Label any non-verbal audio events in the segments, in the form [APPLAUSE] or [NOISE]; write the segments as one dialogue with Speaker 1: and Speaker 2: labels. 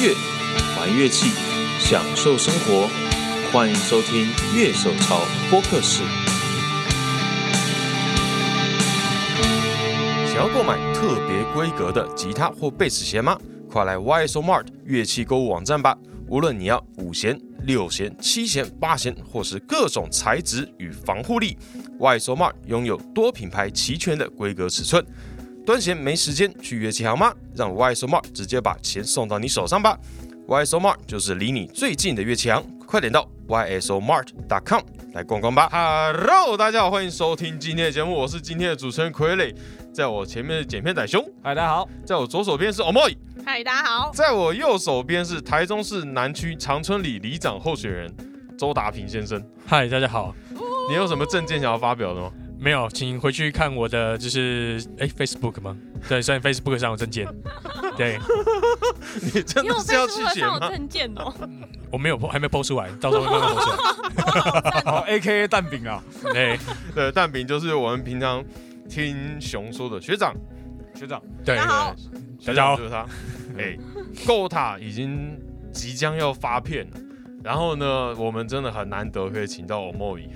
Speaker 1: 乐，玩乐器，享受生活。欢迎收听《乐手潮播客室》。
Speaker 2: 想要购买特别规格的吉他或贝斯弦吗？快来 YSO Mart 乐器购物网站吧！无论你要五弦、六弦、七弦、八弦，或是各种材质与防护力，YSO Mart 拥有多品牌齐全的规格尺寸。端闲没时间去乐器行吗？让 YSO Mart 直接把钱送到你手上吧！YSO Mart 就是离你最近的乐器行，快点到 ysomart.com 来逛逛吧！Hello，大家好，欢迎收听今天的节目，我是今天的主持人傀儡，在我前面的剪片仔兄，
Speaker 3: 嗨，大家好，
Speaker 2: 在我左手边是 Omoy。
Speaker 4: 嗨，大家好。
Speaker 2: 在我右手边是台中市南区长春里里长候选人周达平先生，
Speaker 3: 嗨，大家好。
Speaker 2: 你有什么证件想要发表的吗？
Speaker 3: 没有，请回去看我的，就是哎，Facebook 吗？对，虽然 Facebook 上有证 [LAUGHS] 件，对
Speaker 2: 你真
Speaker 4: 你
Speaker 2: 的
Speaker 4: 有
Speaker 2: 是
Speaker 4: 在
Speaker 2: 要
Speaker 4: 书
Speaker 2: 去
Speaker 4: 本
Speaker 2: 写
Speaker 4: 上有
Speaker 2: 吗？
Speaker 4: 证件哦，
Speaker 3: 我没有 po，还没 po 出来，到时候会慢慢 po 出来。 [LAUGHS]
Speaker 5: 哦，A K A 蛋饼啊，
Speaker 3: 对
Speaker 2: 对，蛋饼就是我们平常听熊说的学长，
Speaker 5: 学长，
Speaker 3: 对
Speaker 4: 大家好
Speaker 2: 学
Speaker 3: 大家
Speaker 2: 长
Speaker 3: 好
Speaker 2: 就是他。哎，够塔已经即将要发片了，然后呢，我们真的很难得可以请到 Omoy，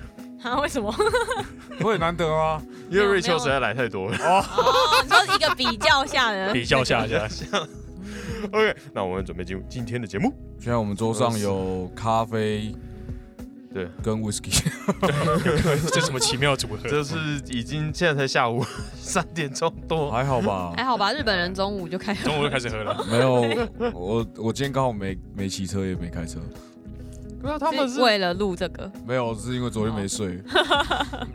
Speaker 4: 啊，为什么？
Speaker 5: 我也难得啊，
Speaker 2: 因为
Speaker 4: 没有
Speaker 2: Rachel 实在来太多了。
Speaker 4: 哦，你说一个比较下的，
Speaker 3: [LAUGHS] 比较下一啊下，
Speaker 2: OK，那我们准备进入今天的节目。
Speaker 5: 现在我们桌上有咖啡，
Speaker 2: 对，
Speaker 5: 跟
Speaker 3: [LAUGHS]
Speaker 5: whisky，
Speaker 3: 这是什么奇妙的组合？
Speaker 2: 这是已经现在才下午 [LAUGHS] 三点钟多，
Speaker 5: 还好吧？
Speaker 4: 哎还好吧？日本人中午就开始，
Speaker 3: 中
Speaker 4: [LAUGHS]
Speaker 3: 午就开始喝了，
Speaker 5: 没有，我我今天刚好没没骑车，也没开车，
Speaker 2: 那他们是
Speaker 4: 为了录这个，
Speaker 5: 没有，是因为昨天
Speaker 3: [LAUGHS]
Speaker 5: 没睡。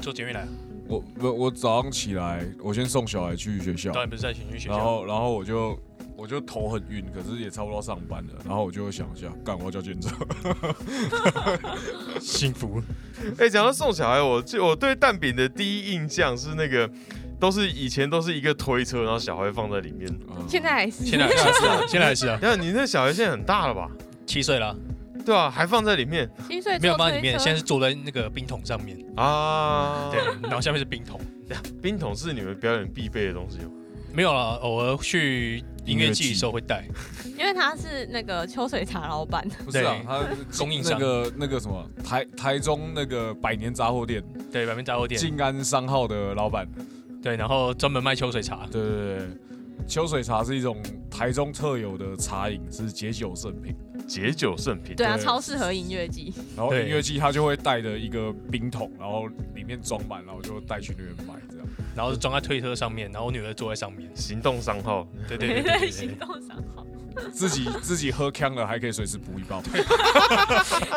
Speaker 3: 做节目来，
Speaker 5: 我我我早上起来，我先送小孩去学校
Speaker 3: 导，演不是在情绪学
Speaker 5: 然
Speaker 3: 校，
Speaker 5: 后然后我就我就头很晕，可是也差不多上班了，然后我就想一下，干，我要叫警车。
Speaker 3: 幸福
Speaker 2: 哎，讲到送小孩，我就我对蛋饼的第一印象是那个，都是以前都是一个推车，然后小孩放在里面。
Speaker 5: [LAUGHS] 嗯
Speaker 4: 现在还
Speaker 3: [LAUGHS]
Speaker 4: 是
Speaker 3: 现在还是啊，现在还是啊，
Speaker 2: 那你那小孩现在很大了吧？
Speaker 3: 七岁了，
Speaker 2: 对啊，还放在里面
Speaker 4: 薪水
Speaker 3: 没有放在里面，现在是坐在那个冰桶上面，
Speaker 2: 啊？
Speaker 3: 对，， [LAUGHS] 然后下面是冰桶，
Speaker 2: 冰桶是你们表演必备的东西哦吗？
Speaker 3: 没有了，偶尔去音乐季的时候会带，
Speaker 4: 因为他是那个秋水茶老板，
Speaker 5: 不是啊
Speaker 3: 对，
Speaker 5: 他
Speaker 3: [LAUGHS] 供应
Speaker 5: 那
Speaker 3: 商
Speaker 5: 个那个什么台台中那个百年杂货店，
Speaker 3: 对，百面杂货店，
Speaker 5: 静安商号的老板，
Speaker 3: 对，然后专门卖秋水茶，
Speaker 5: 对对对，秋水茶是一种台中特有的茶饮，是解酒圣品。
Speaker 2: 解酒圣品。
Speaker 4: 对啊，
Speaker 5: 对
Speaker 4: 超适合音乐季，
Speaker 5: 然后
Speaker 3: 对
Speaker 5: 音乐季他就会带着一个冰桶，然后里面装满，然后就带去那边买这样。
Speaker 3: 然后装在推车上面，然后我女儿坐在上面，
Speaker 2: 行动商号，
Speaker 3: 对对对对
Speaker 4: 对，
Speaker 3: 对
Speaker 4: [LAUGHS] 行
Speaker 3: 对，
Speaker 4: 动上好，
Speaker 5: 自己自己喝呛了还可以随时补一包。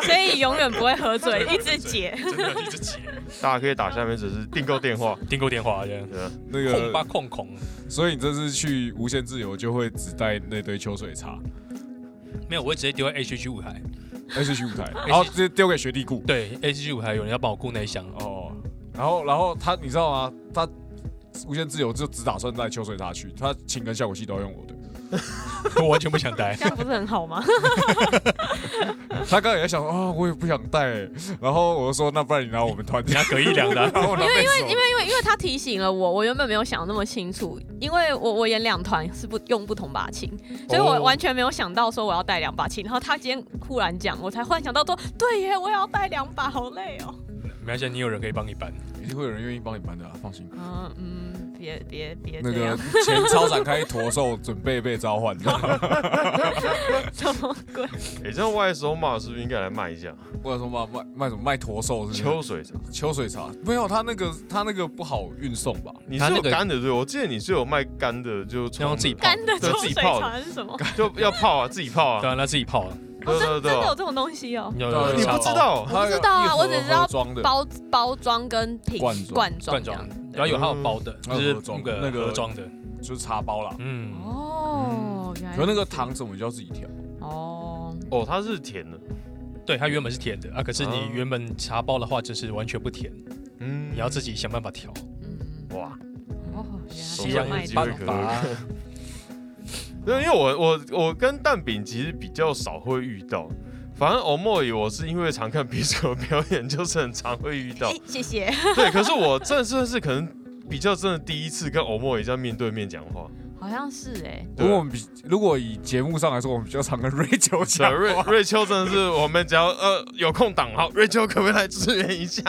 Speaker 4: 所以永远不会喝醉，一直解。
Speaker 3: 真的一直挤，
Speaker 2: 大家可以打下面只是订购电话。
Speaker 3: 订购电话这样。
Speaker 2: 对啊，
Speaker 5: 那
Speaker 3: 控吧
Speaker 5: 个，
Speaker 3: 控控，
Speaker 5: 所以你这次去无限自由就会只带那堆秋水茶
Speaker 3: 没有，我会直接丢在 H G 舞台。
Speaker 5: ，S 去舞台，然后直接丢给学
Speaker 3: [LAUGHS]
Speaker 5: 弟顾。
Speaker 3: 对，H G 舞台有人要帮我雇那一箱，
Speaker 5: 哦，然后然后他你知道吗？他无限自由就只打算带秋水茶去，他琴跟效果器都要用我的。
Speaker 3: [LAUGHS] 我完全不想待。
Speaker 4: 这样不是很好吗？
Speaker 5: 他刚才也在想说啊、我也不想带、然后我就说那不然你拿我们团
Speaker 3: 你
Speaker 5: 体，
Speaker 3: 要隔一两 [LAUGHS] 的啊，
Speaker 5: 然后我拿贝斯
Speaker 4: 因
Speaker 5: 手
Speaker 4: 为因为因为他提醒了我，我原本没有想那么清楚，因为我我演两团是不用不同把琴，所以我
Speaker 3: 哦
Speaker 4: 完全没有想到说我要带两把琴。然后他今天忽然讲，我才忽然想到说，对耶，我也要带两把，好累哦。
Speaker 3: 没关系，你有人可以帮你搬。
Speaker 5: 一定会有人愿意帮你搬的、啊，放心。
Speaker 4: 嗯嗯，别别别
Speaker 5: 那
Speaker 4: 这
Speaker 5: 个
Speaker 4: 样，
Speaker 5: 前超展开驼兽准备被召唤， [LAUGHS]
Speaker 4: 什么鬼？
Speaker 2: 哎，这样 YSO Mart 是不是应该来卖一下
Speaker 5: 不然说卖卖卖什么卖驼兽是不
Speaker 2: 秋
Speaker 5: 是？
Speaker 2: 水茶？
Speaker 5: 秋水茶没有，他那个他那个不好运送吧？
Speaker 2: 你
Speaker 3: 他
Speaker 2: 是
Speaker 3: 那
Speaker 2: 有
Speaker 3: 个
Speaker 2: 干的对不对？我记得你是有卖干的，就从
Speaker 3: 要自己泡
Speaker 4: 干的
Speaker 2: 对
Speaker 4: 臭
Speaker 2: 自己
Speaker 4: 水
Speaker 2: 泡的
Speaker 4: 茶是什么？
Speaker 2: 就要泡啊，自己泡
Speaker 3: 当
Speaker 2: 啊。
Speaker 3: 然他自己泡了，
Speaker 2: 对
Speaker 4: 哦
Speaker 2: 对啊
Speaker 4: 真
Speaker 2: 对
Speaker 4: 真的有这种东西哦。
Speaker 3: 有
Speaker 5: 对
Speaker 3: 有
Speaker 2: 你
Speaker 3: 茶
Speaker 2: 不
Speaker 3: 包
Speaker 2: 知道哦
Speaker 5: 他
Speaker 4: 不知道啊
Speaker 5: 一盒
Speaker 4: 我只知道
Speaker 5: 盒装的
Speaker 4: 包包装跟瓶
Speaker 5: 罐装
Speaker 4: 罐装
Speaker 3: 罐
Speaker 4: 这
Speaker 3: 装
Speaker 4: 样，
Speaker 3: 然后有还有包的，
Speaker 5: 嗯
Speaker 3: 就是
Speaker 5: 盒装
Speaker 3: 那个
Speaker 5: 那
Speaker 3: 那
Speaker 5: 个
Speaker 3: 个盒装的，
Speaker 5: 就是茶包啦。
Speaker 3: 嗯，
Speaker 4: 哦，原来
Speaker 5: 可那个
Speaker 4: 是
Speaker 5: 糖什么就要自己调，
Speaker 4: 哦，
Speaker 2: 哦，它是甜的。
Speaker 3: 对，它原本是甜的啊，可是你
Speaker 2: 哦
Speaker 3: 原本茶包的话就是完全不甜，
Speaker 2: 嗯
Speaker 3: 你要自己想办法调。
Speaker 4: 嗯，
Speaker 2: 哇，
Speaker 4: 哦，原来是
Speaker 2: 西
Speaker 4: 有
Speaker 2: 洋
Speaker 4: 卖
Speaker 2: 机
Speaker 4: 这哦
Speaker 2: 会
Speaker 4: 种
Speaker 2: 可对，因为我我我跟蛋饼其实比较少会遇到，反正欧莫里我是因为常看 [LAUGHS] 比手表演，就是很常会遇
Speaker 4: [LAUGHS]
Speaker 2: 到
Speaker 4: 哎。，谢谢。
Speaker 2: 对，可是我这算是可能比较真的第一次跟欧莫里这样面对面讲话，
Speaker 4: 好像是哎、
Speaker 5: 如果我们比，如果以节目上来说，我们比较常跟瑞秋
Speaker 2: 对啊 [LAUGHS]
Speaker 5: 讲
Speaker 2: 瑞
Speaker 5: 话。
Speaker 2: 瑞秋真的是，我们只要呃有空档，好，瑞秋可不可以来支援一下？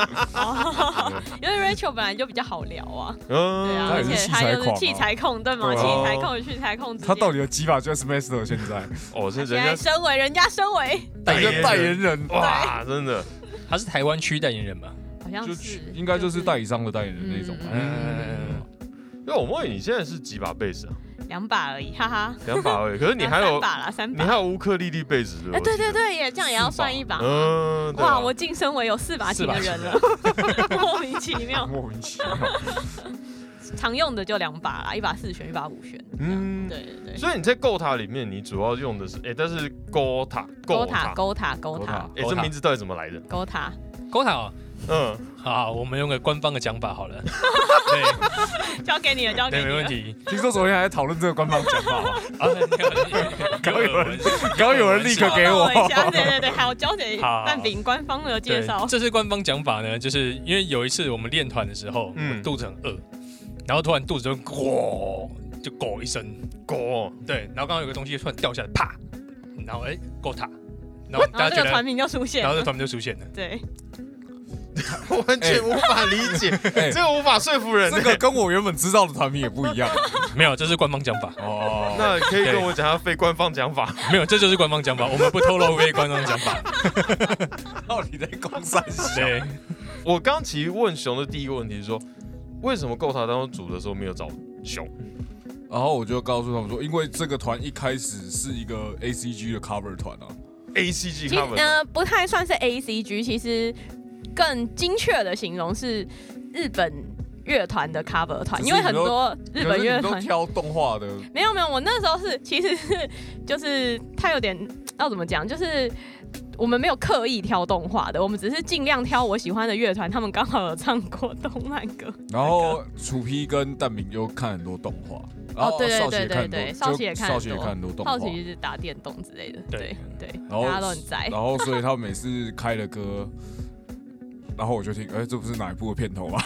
Speaker 4: [LAUGHS] 因为 Rachel 本来就比较好聊啊，对啊，
Speaker 2: 嗯，
Speaker 5: 他
Speaker 4: 而
Speaker 5: 也是
Speaker 4: 且
Speaker 5: 器
Speaker 4: 他
Speaker 5: 材
Speaker 4: 又
Speaker 5: 狂
Speaker 4: 是
Speaker 5: 啊
Speaker 4: 器材控，对吗？
Speaker 2: 对啊
Speaker 4: 器材控与器材控之间，
Speaker 5: 他到底有几把 Just Master？现在
Speaker 2: 哦，
Speaker 4: 现
Speaker 2: 是
Speaker 4: 在
Speaker 2: 人家
Speaker 4: 身为人家身为，
Speaker 5: 代
Speaker 2: 言人
Speaker 5: 言代言人，
Speaker 2: 哇，真的，
Speaker 3: 他是台湾区代言人吧？
Speaker 4: 好像
Speaker 5: 就是应该就是代理商的代言人那种吧。
Speaker 3: 嗯，
Speaker 2: 那我问你，你现在是几把贝斯啊？
Speaker 4: 两把而已，哈哈。
Speaker 2: 两把而已，可是你还
Speaker 4: 三
Speaker 2: 有
Speaker 4: 把啦，三
Speaker 2: 你
Speaker 4: 把。
Speaker 2: 还有乌克丽丽贝斯对
Speaker 4: 哎，
Speaker 2: 吧？
Speaker 4: 对对对，也这样也要算一把。
Speaker 2: 嗯，对啊
Speaker 4: 哇，我晋升为有四把琴的人了， [LAUGHS] 莫名其妙。
Speaker 5: 莫名其妙，
Speaker 4: 常用的就两把啦，一把四弦，一把五弦。
Speaker 2: 嗯，
Speaker 4: 对对对。
Speaker 2: 所以你在 g 塔里面，你主要用的是哎，但是 g 塔 g
Speaker 4: 勾塔，勾塔，勾塔，
Speaker 2: 哎，这
Speaker 3: Gota
Speaker 2: 名字到底怎么来的？
Speaker 4: 勾塔。
Speaker 3: 高塔哦，
Speaker 2: 嗯，
Speaker 3: 好，我们用个官方的讲法好了。对
Speaker 4: 交给你了，交给
Speaker 3: 对，
Speaker 4: 你了。
Speaker 3: 没问题。
Speaker 5: 听说昨天还在讨论这个官方讲法嘛，
Speaker 3: 啊，刚
Speaker 5: 刚有人 [LAUGHS] 刚有人立刻给
Speaker 4: 透露
Speaker 5: 我
Speaker 4: 一下，对对对，好，交给
Speaker 3: 好
Speaker 4: 蛋饼官方的介
Speaker 3: 对
Speaker 4: 绍，。
Speaker 3: 这是官方讲法呢，就是因为有一次我们练团的时候，
Speaker 2: 嗯
Speaker 3: 我肚子很饿，然后突然肚子就咕就咕一声，
Speaker 2: 狗，
Speaker 3: 对，然后刚刚有个东西突然掉下来，啪，然后哎够塔，然后
Speaker 4: 然
Speaker 3: 大家
Speaker 4: 后这
Speaker 3: 觉
Speaker 4: 个
Speaker 3: 得，
Speaker 4: 团名就出现
Speaker 3: 然后这
Speaker 4: 了。
Speaker 3: 团就出现了。
Speaker 4: 对，
Speaker 2: [LAUGHS] 我完全无法理 [LAUGHS] 解，
Speaker 5: 哎
Speaker 2: 这个无法说服人。
Speaker 5: 这个跟我原本知道的团名也不一 [LAUGHS] 样
Speaker 3: 没有，这是官方讲法，
Speaker 5: 哦。
Speaker 2: 那可以跟我讲下非官方讲法。
Speaker 3: 没有，这就是官方讲法，我们不透露非官方讲法。
Speaker 5: 到底在公三小？
Speaker 3: 对，
Speaker 2: [LAUGHS] 我刚其实问熊的第一个问题是说，为什么 g 塔当初组的时候没有找熊？
Speaker 5: 然后我就告诉他们说，因为这个团一开始是一个 A C G 的 cover 团啊，
Speaker 2: A C G
Speaker 4: 其实
Speaker 2: cover 的
Speaker 4: 呃不太算是 A C G，其实更精确的形容是日本乐团的 cover 团，
Speaker 5: 可是
Speaker 4: 因为很多日
Speaker 5: 可
Speaker 4: 本
Speaker 5: 是你
Speaker 4: 乐
Speaker 5: 们都
Speaker 4: 团
Speaker 5: 挑动画的，
Speaker 4: 没有没有，我那时候是 [LAUGHS] 其实是就是他有点要怎么讲，就是我们没有刻意挑动画的，我们只是尽量挑我喜欢的乐团，他们刚好有唱过动漫歌。
Speaker 5: 然后楚皮跟蛋饼又看很多动画，然
Speaker 4: 哦
Speaker 5: 后
Speaker 4: 对对
Speaker 5: 少奇
Speaker 4: 对
Speaker 5: 也看很
Speaker 4: 对
Speaker 5: 多
Speaker 4: 对少奇也
Speaker 5: 就
Speaker 4: 看很
Speaker 5: 少奇也
Speaker 4: 多
Speaker 5: 看很多动画
Speaker 4: 好，
Speaker 5: 嗯
Speaker 4: 奇是打电动之类的，
Speaker 3: 对
Speaker 4: 对对，
Speaker 5: 然后
Speaker 4: 大家都很宅。
Speaker 5: 然后所以他每次开了歌，然后我就听，哎，这不是哪一部的片头吗？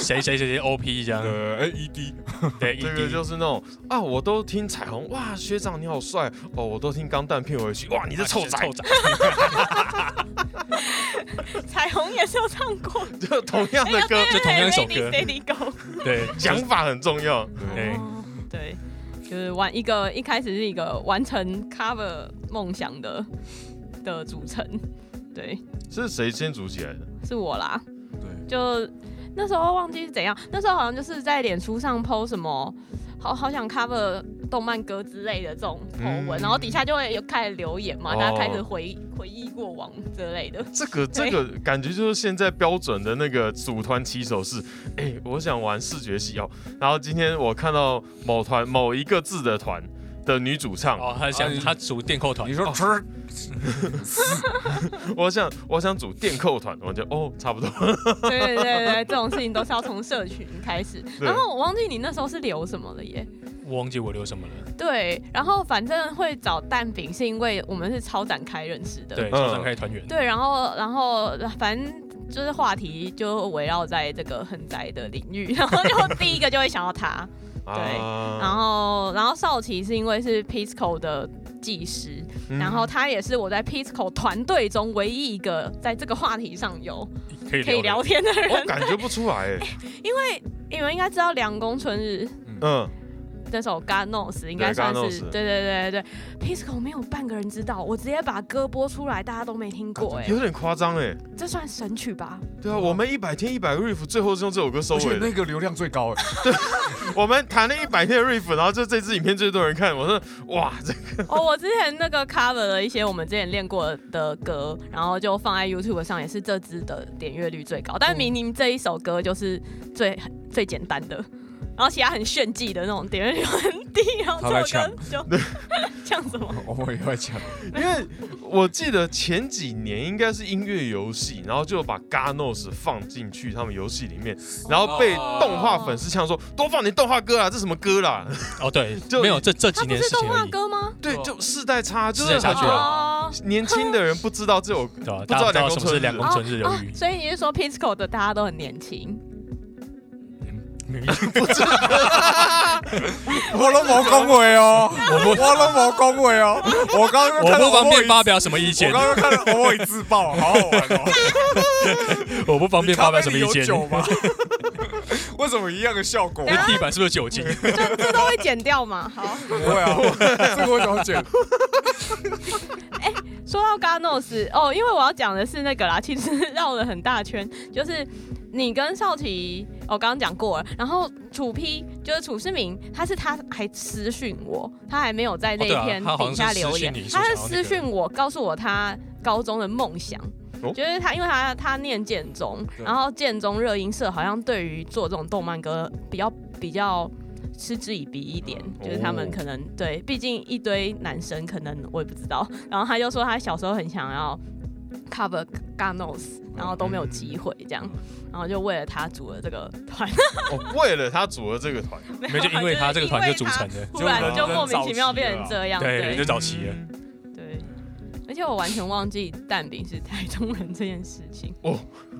Speaker 3: 谁谁谁谁 OP 这样，
Speaker 5: 对，哎，E D，
Speaker 3: 对，一
Speaker 2: 这个
Speaker 3: 滴
Speaker 2: 就是那种啊，我都听彩虹，哇，学长你好帅哦，我都听钢弹片尾曲，哇，你这臭
Speaker 3: 啊
Speaker 2: 仔
Speaker 3: 臭，仔，
Speaker 4: [LAUGHS] 彩虹也是有唱
Speaker 5: [LAUGHS]
Speaker 4: 过
Speaker 2: [LAUGHS]
Speaker 4: 哎
Speaker 2: 就同样的
Speaker 4: [LAUGHS]
Speaker 2: 歌，
Speaker 3: 就同样一首歌
Speaker 4: s t e Go。
Speaker 3: 对，
Speaker 2: 讲法很重要。
Speaker 5: 对，
Speaker 3: 对，
Speaker 4: 哦 [LAUGHS] 对，就是玩一个一开始是一个完成 cover 梦想的的组成，对，
Speaker 2: 是谁先组起来的？
Speaker 4: 是我啦，
Speaker 5: 对
Speaker 4: 就那时候忘记是怎样，那时候好像就是在脸书上 PO 什么。好好想 cover 动漫歌之类的这种 po 文，
Speaker 2: 嗯
Speaker 4: 然后底下就会有开始留言嘛，
Speaker 2: 哦
Speaker 4: 大家开始回回忆过往之类
Speaker 2: [LAUGHS]
Speaker 4: 的。
Speaker 2: 这个这
Speaker 4: 对
Speaker 2: 个感觉就是现在标准的那个组团起手式。哎、我想玩视觉系哦。然后今天我看到某团某一个字的团的女主唱，
Speaker 3: 哦，他想他组电扣团哦
Speaker 5: 你，说吃，
Speaker 2: 我想我想组电扣团，我就哦差不多。
Speaker 4: 对对对对，这种事情都是要从社群开始。
Speaker 2: 对
Speaker 4: 然后我忘记你那时候是留什么了耶。
Speaker 3: 我忘记我留什么了，
Speaker 4: 对，然后反正会找蛋饼，是因为我们是超展开认识的。
Speaker 3: 对，
Speaker 2: 嗯
Speaker 3: 超展开团圆，
Speaker 4: 对然后然后反正就是话题就围绕在这个很宅的领域，然后就第一个就会想到他，然
Speaker 2: 啊，
Speaker 4: 后然后少奇是因为是 Pisco 的技师，
Speaker 2: 嗯
Speaker 4: 然后他也是我在 Pisco 团队中唯一一个在这个话题上有
Speaker 3: 可以
Speaker 4: 嗯可以聊
Speaker 3: 的
Speaker 4: 天的人，
Speaker 2: [LAUGHS] 哦我感觉不
Speaker 4: [LAUGHS]
Speaker 2: 出来、哎，
Speaker 4: 你们应该知道《凉宫春日》
Speaker 2: 嗯，
Speaker 4: 这首《Ganos》应该
Speaker 2: 对
Speaker 4: 算是
Speaker 2: Ganos
Speaker 4: 对对对对，Pisco 没有半个人知道，我直接把歌播出来，大家都没听过哎、哦
Speaker 2: 有点夸张哎。
Speaker 4: 这算神曲吧？
Speaker 2: 对啊，我们一百天一百个 riff，最后是用这首歌收
Speaker 5: 而且
Speaker 2: 尾的。
Speaker 5: 那个流量最高哎，
Speaker 2: 我们谈了一百天的 riff，然后就这支影片最多人看。我说哇，这
Speaker 4: [LAUGHS] 哦，我之前那个 cover 了一些我们之前练过的歌，然后就放在 YouTube 上，也是这支的点阅率最高。
Speaker 5: 嗯
Speaker 4: 但明明这一首歌就是最最简单的，然后其他很炫技的那种点阅率很低，然后
Speaker 5: 他在
Speaker 4: 这首歌就 [LAUGHS] 像什么？
Speaker 5: [LAUGHS] 我也会讲，
Speaker 2: 因为我记得前几年应该是音乐游戏，然后就把 Ganos 放进去他们游戏里面，然后被动画粉丝呛说多放点动画歌啦，啊这什么歌啦？
Speaker 3: 哦，对
Speaker 2: 就，
Speaker 3: 没有这这
Speaker 4: 它
Speaker 3: 几
Speaker 4: 不
Speaker 3: 年
Speaker 4: 是
Speaker 3: 事
Speaker 4: 动
Speaker 3: 情
Speaker 4: 画
Speaker 3: 而已，
Speaker 4: 歌吗？
Speaker 2: 对，就世代差，就
Speaker 3: 世
Speaker 2: 是
Speaker 3: 代差距
Speaker 2: 很
Speaker 4: 哦
Speaker 2: 年轻的人不知道这首，
Speaker 3: 对吧？
Speaker 2: 不知
Speaker 3: 大家
Speaker 2: 道
Speaker 3: 不知道
Speaker 2: 两公
Speaker 3: 什么
Speaker 2: 尺
Speaker 3: 是两公
Speaker 4: 哦
Speaker 3: 春日
Speaker 4: 哦
Speaker 3: 鱿鱼，
Speaker 4: 所以你是说 Pisco 的大家都很年轻？
Speaker 3: [LAUGHS] 名，
Speaker 5: 我都没恭维哦，我不，我都没恭维哦，我刚刚
Speaker 3: 我
Speaker 5: 看到
Speaker 3: 不方便发
Speaker 5: 表，
Speaker 3: 表什么意见
Speaker 5: 我，刚刚看到我已自爆，好好玩 [LAUGHS] 哦。
Speaker 3: 我不方便发表什么意
Speaker 5: 咖啡
Speaker 3: 见
Speaker 5: 里。
Speaker 3: [LAUGHS]
Speaker 5: 有酒吗？ [LAUGHS] 为什么一样的效果？
Speaker 4: 等一下
Speaker 3: 地板是不是有酒
Speaker 4: [LAUGHS]
Speaker 3: 精？
Speaker 4: [LAUGHS] 这这都会剪掉嘛？好，
Speaker 5: 不会啊，这个我想剪。
Speaker 4: 说到 Ganos 哦，因为我要讲的是那个啦，其实绕了很大圈，就是你跟少奇，我刚刚讲过了，然后楚批就是楚世明，他是他还私讯我，他还没有在那
Speaker 3: 哦对啊
Speaker 4: 一篇
Speaker 3: 他好像
Speaker 4: 底下
Speaker 3: 是私
Speaker 4: 留言，
Speaker 3: 讯你说
Speaker 4: 他
Speaker 3: 想要
Speaker 4: 是
Speaker 3: 那
Speaker 4: 私
Speaker 3: 个
Speaker 4: 讯我，告诉我他高中的梦想。
Speaker 2: 哦
Speaker 4: 就是他，因为他他念建中，
Speaker 5: 对
Speaker 4: 然后建中热音社好像对于做这种动漫歌比较比较嗤之以鼻一点，就是他们
Speaker 2: 哦
Speaker 4: 可能对，毕竟一堆男生可能我也不知道。 [LAUGHS] 然后他就说他小时候很想要 cover Ganos，然后都
Speaker 3: 嗯
Speaker 4: 没有机会这样，然后就为了他组了这个团，
Speaker 2: 哦，为了他组了这个团，
Speaker 3: [LAUGHS] 没有就因为他这个团就组成的，
Speaker 4: 突然就莫名其妙
Speaker 5: 就人
Speaker 4: 变成这样，
Speaker 3: 对，
Speaker 4: 对
Speaker 3: 就早期了。
Speaker 4: 对。而且我完全忘记蛋饼是台中人这件事情。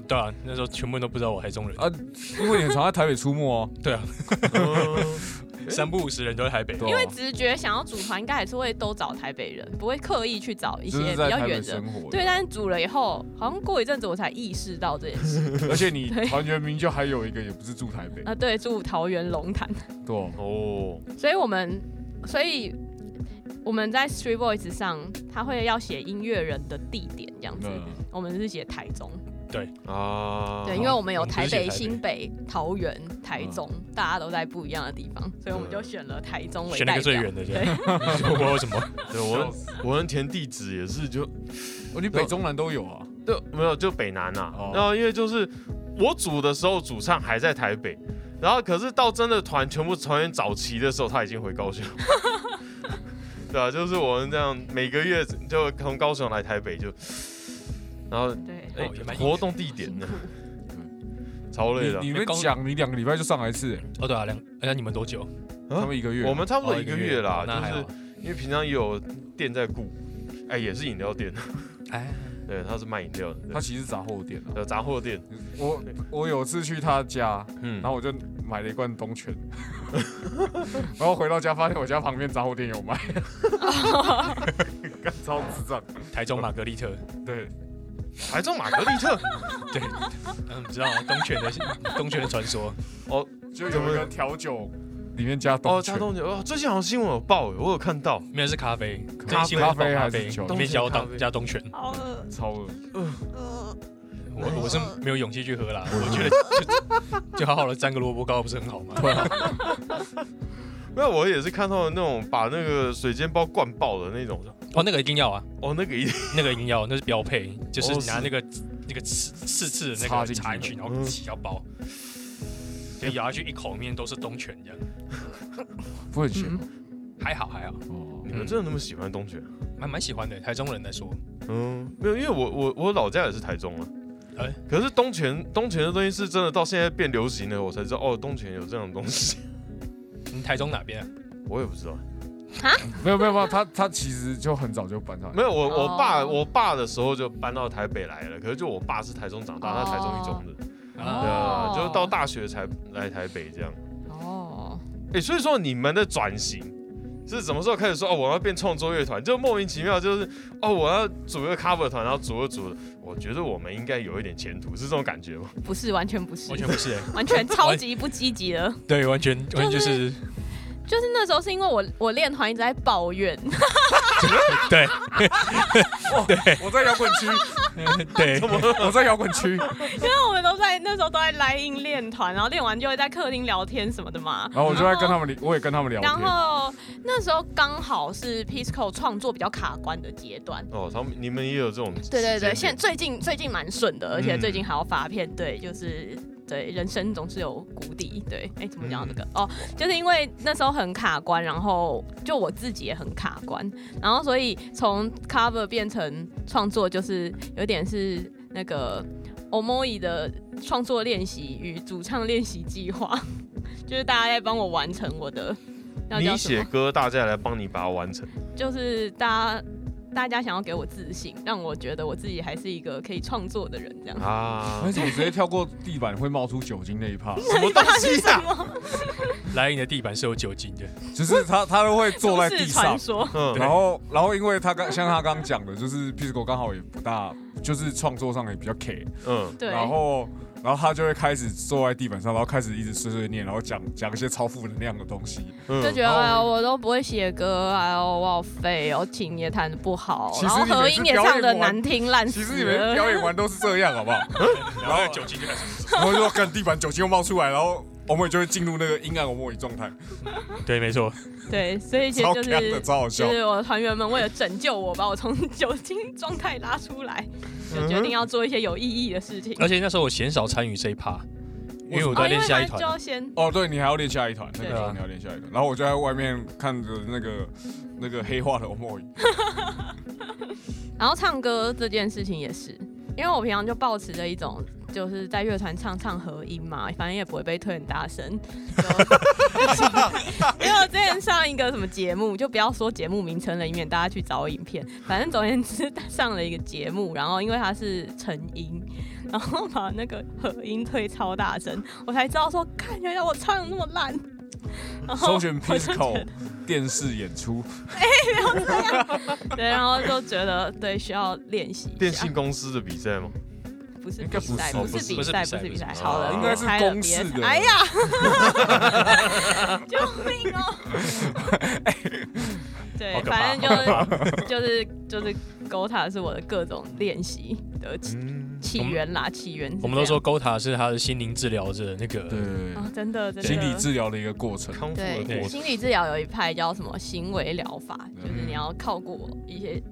Speaker 3: 对啊，那时候全部都不知道我台中人，
Speaker 5: 啊，因为你很常在台北出没哦。
Speaker 3: 对啊，
Speaker 2: 嗯
Speaker 3: 三不五十人都在台北。
Speaker 5: 对啊
Speaker 4: 因为直觉想要组团，应该还是会都找台北人，不会刻意去找一
Speaker 5: 就
Speaker 4: 些
Speaker 5: 是
Speaker 4: 比
Speaker 5: 在
Speaker 4: 较
Speaker 5: 台
Speaker 4: 远
Speaker 5: 北
Speaker 4: 的
Speaker 5: 生。活。
Speaker 4: 对，，但是组了以后，好像过一阵子我才意识到这件
Speaker 3: [LAUGHS]
Speaker 4: 事
Speaker 5: [LAUGHS] 而且你
Speaker 4: 对
Speaker 5: 团员名就还有一个也不是住台北，
Speaker 4: 啊。对，住桃园龙潭，
Speaker 5: 对哦，
Speaker 2: 哦，
Speaker 4: 所以我们，所以我们在 Street Voice 上，他会要写音乐人的地点这样子。
Speaker 5: 嗯，
Speaker 4: 我们是写台中，
Speaker 2: 啊，
Speaker 4: 对，因为我们有
Speaker 3: 哦我们不
Speaker 4: 台
Speaker 3: 是写台北
Speaker 4: 北、
Speaker 3: 嗯
Speaker 4: 新北、桃园、台中，大家都在不一样的地方，所以我们就选了台中为
Speaker 3: 选那
Speaker 4: 代
Speaker 3: 个
Speaker 4: 表。
Speaker 3: 最远的，
Speaker 4: [LAUGHS]
Speaker 3: 对，不知道为什么。
Speaker 2: 对
Speaker 5: 笑
Speaker 2: 我
Speaker 5: 死
Speaker 2: 我们填地址也是就
Speaker 5: 哦，你北中南都有啊？
Speaker 2: 就没有就北南呐、
Speaker 5: 哦
Speaker 2: 然后因为就是我组的时候主唱还在台北，然后可是到真的团全部团员早期的时候他已经回高雄。 [LAUGHS] 对啊，就是我们这样每个月就从高雄来台北就，然后
Speaker 4: 对，
Speaker 2: 哎、
Speaker 3: 哦也蛮
Speaker 2: 活动地点呢，嗯超累的
Speaker 5: 你你们讲，你两个礼拜就上来一次，
Speaker 3: 哦，对啊，两，哎那你们多久？
Speaker 2: 啊
Speaker 5: 他们一个月，
Speaker 2: 我们差不多
Speaker 3: 哦
Speaker 2: 一个月
Speaker 3: 哦
Speaker 2: 啦，
Speaker 3: 那还
Speaker 2: 就
Speaker 3: 好
Speaker 2: 是。因为平常也有店在顾，哎、也是饮料店，
Speaker 3: 哎，
Speaker 2: 对，他是卖饮料的，
Speaker 5: 他其实是杂货店啊。
Speaker 2: 呃杂货店，
Speaker 5: 我我有次去他家，
Speaker 2: 嗯，
Speaker 5: 然后我就买了一罐东泉， [LAUGHS] 然后回到家发现我家旁边杂货店有卖， [LAUGHS] 干超智障。
Speaker 3: 台中玛格丽特，
Speaker 5: 对，
Speaker 2: 台中玛格丽特，
Speaker 3: 对，嗯，你知道东泉的 [LAUGHS] 东泉的传说，
Speaker 5: 就有一个调酒里面加
Speaker 2: 哦，
Speaker 5: 东
Speaker 2: 加
Speaker 5: 泉，
Speaker 2: 东酒，哦，最近好像新闻有报，欸我有看到，
Speaker 3: 没有是咖啡，
Speaker 5: 咖啡
Speaker 3: 新闻是报
Speaker 5: 咖
Speaker 3: 咖
Speaker 5: 啡还
Speaker 3: 啡
Speaker 5: 是酒
Speaker 3: 里面加东加东泉，
Speaker 4: 好饿，
Speaker 5: 超恶。
Speaker 3: 我我是没有勇气去喝啦，我觉得就就好好的沾个萝卜糕不是很好吗？
Speaker 2: 没有，我也是看到那种把那个水煎包灌爆的那种，
Speaker 3: 哦，那个一定要啊，
Speaker 2: 哦，那个一定
Speaker 3: 那个一定要，那是标配，就是
Speaker 2: 哦是
Speaker 3: 拿那个那个刺刺刺的嗯那
Speaker 5: 插
Speaker 3: 个
Speaker 5: 进去
Speaker 3: 插进去，然后挤到包，就咬下去一口面都是东泉这样，
Speaker 5: 不会咸
Speaker 3: 还好还好，
Speaker 5: 哦
Speaker 2: 你们真的那么喜欢东泉？
Speaker 3: 蛮蛮喜欢的，台中人来说，
Speaker 2: 嗯，没有，因为我我我老家也是台中啊。
Speaker 3: 哎
Speaker 2: 可是东泉东泉的东西是真的到现在变流行了，我才知道哦，东泉有这样的东西， [LAUGHS]
Speaker 3: 你台中哪边啊？
Speaker 2: 我也不知道。
Speaker 5: 没有没有没有，他他其实就很早就搬上来
Speaker 2: 没。有，我我爸、
Speaker 4: 哦
Speaker 2: 我爸的时候就搬到台北来了，可是就我爸是台中长大，他台中一中的，对
Speaker 3: 啊，
Speaker 2: 啊，
Speaker 4: 哦
Speaker 2: 就是到大学才来台北这样。
Speaker 4: 哦，
Speaker 2: 哎、所以说你们的转型是什么时候开始说哦，我要变创作乐团？就莫名其妙，就是哦，我要组一个 cover 团，然后组着组着，我觉得我们应该有一点前途，是这种感觉
Speaker 5: [LAUGHS]
Speaker 2: 吗？
Speaker 4: 不是，完全不是
Speaker 3: 完，全不是欸，
Speaker 4: [LAUGHS] 完全超级不积极了。
Speaker 3: [LAUGHS] 对，完全完全就是
Speaker 4: [LAUGHS] 就是那时候是因为我我练团一直在抱怨， [LAUGHS]
Speaker 3: 对
Speaker 5: 哦我在摇滚 [LAUGHS] 区， [LAUGHS]
Speaker 3: 对，
Speaker 5: 我在摇滚区，
Speaker 4: 因为我们都在那时候都在来音练团，然后练完就会在客厅聊天什么的嘛。
Speaker 5: 然后我就在跟他们聊，我也跟他们聊
Speaker 4: 然
Speaker 5: 天。
Speaker 4: 后那时候刚好是 Pisco 创作比较卡关的阶段。
Speaker 2: 哦，他们你们也有这种
Speaker 4: 对对对，
Speaker 2: 时间
Speaker 4: 现
Speaker 2: 点
Speaker 4: 最近最近蛮顺的，而且
Speaker 2: 嗯
Speaker 4: 最近还要发片，对，就是。对，人生总是有谷底。对，哎，怎么讲到这个？
Speaker 2: 嗯
Speaker 4: 哦，就是因为那时候很卡关，然后就我自己也很卡关，然后所以从 cover 变成创作，就是有点是那个 omoi 的创作练习与主唱练习计划， [LAUGHS] 就是大家在帮我完成我的。那叫
Speaker 2: 你
Speaker 4: 什么
Speaker 2: 写歌，大家来帮你把它完成。
Speaker 4: 就是大家大家想要给我自信，让我觉得我自己还是一个可以创作的人，这 [LAUGHS] 样。
Speaker 2: 啊
Speaker 5: [LAUGHS] 而！且我哎直接跳过地板会冒出酒精那一 [LAUGHS] 趴，
Speaker 2: 什么东西呀、啊？
Speaker 3: 来你的地板是有酒精的，
Speaker 5: 就是他他都会 [LAUGHS] 坐在
Speaker 4: 都
Speaker 5: 地
Speaker 4: 市
Speaker 5: 上
Speaker 4: 传，说，
Speaker 2: 嗯，
Speaker 5: 然后然后因为他刚像他刚刚讲的，就是 p i s c o 刚好也不大，就是创作上也比较 K，
Speaker 2: 嗯，
Speaker 4: 对，
Speaker 5: 然后然后他就会开始坐在地板上，然后开始一直碎碎念，然后讲讲一些超负能量的东西。
Speaker 2: 嗯
Speaker 4: 就觉得
Speaker 5: 然后
Speaker 4: 哎呦，我都不会写歌，哎呦，我好废哦，琴也弹的不好，
Speaker 5: 其实
Speaker 4: 然后
Speaker 5: 你每
Speaker 4: 合
Speaker 5: 次
Speaker 4: 音也
Speaker 5: 表演
Speaker 4: 唱的
Speaker 5: 完
Speaker 4: 难听烂
Speaker 5: 其实你
Speaker 4: 死
Speaker 5: 们
Speaker 4: 了。
Speaker 5: 表演完都是这样，好不好？
Speaker 3: [LAUGHS] 然后酒精就开始。
Speaker 5: 然后就跟地板酒精又冒出来，然后我们就会进入那个阴暗莫语状态，
Speaker 3: 对，没错，
Speaker 4: [LAUGHS] 对，所以其实
Speaker 5: 超
Speaker 4: 就
Speaker 5: 干的，
Speaker 4: 是。
Speaker 5: 超好
Speaker 4: 就
Speaker 5: 笑。
Speaker 4: 是我的团员们为了拯救我，把我从酒精状态拉出来，就决定要做一些有意义的事情。
Speaker 3: 而且那时候我嫌少参与这一趴，因为我都在
Speaker 4: 哦，因
Speaker 3: 练
Speaker 4: 为
Speaker 3: 下一
Speaker 4: 他就
Speaker 3: 团。
Speaker 4: 要先
Speaker 5: 哦，对你还要练下一团，那个时
Speaker 3: 对
Speaker 5: 候
Speaker 3: 啊
Speaker 5: 你要练下一团，然后我就在外面看着那个那个黑化的
Speaker 4: [LAUGHS]
Speaker 5: 莫语，
Speaker 4: 然后唱歌这件事情也是，因为我平常就抱持着一种，就是在乐团唱唱合音嘛，反正也不会被推很大声。就因为我之前上一个什么节目，就不要说节目名称了，以免大家去找影片。反正总而言之，上了一个节目，然后因为它是成音，然后把那个合音推超大声，我才知道说，看原来我唱的那么烂。 [LAUGHS] 然后
Speaker 5: 搜寻 p i s c o 电视演出，
Speaker 4: 对，然后就觉得对需要练习一
Speaker 2: 电
Speaker 4: 下。
Speaker 2: 信公司的比赛吗？
Speaker 4: 不是
Speaker 5: 应该
Speaker 4: 比
Speaker 5: 不
Speaker 4: 赛，
Speaker 5: 是
Speaker 4: 不
Speaker 5: 不
Speaker 4: 是
Speaker 3: 是
Speaker 4: 比赛，
Speaker 3: 不是
Speaker 4: 不是比
Speaker 3: 比赛
Speaker 4: 赛，
Speaker 2: 不是
Speaker 4: 好了，
Speaker 2: 应该
Speaker 5: 是
Speaker 4: 我猜了
Speaker 5: 公式
Speaker 4: 别
Speaker 5: 的
Speaker 4: 哎呀，救命哦！ [LAUGHS] 对
Speaker 3: 好，可怕
Speaker 4: 反正 [LAUGHS] 就是就是就是 Gota 是我的各种练习的起
Speaker 2: 嗯，
Speaker 4: 起源啦，起源是
Speaker 3: 我们都
Speaker 4: 这样
Speaker 3: 说 Gota 是他的心灵治疗者，那个
Speaker 5: 对，
Speaker 4: 啊，真的真的
Speaker 5: 心理治疗的一个过程。
Speaker 2: 康复的
Speaker 4: 对
Speaker 2: 过程。
Speaker 4: 心理治疗有一派叫什么行为疗法，就是
Speaker 5: 嗯
Speaker 4: 你要靠过一些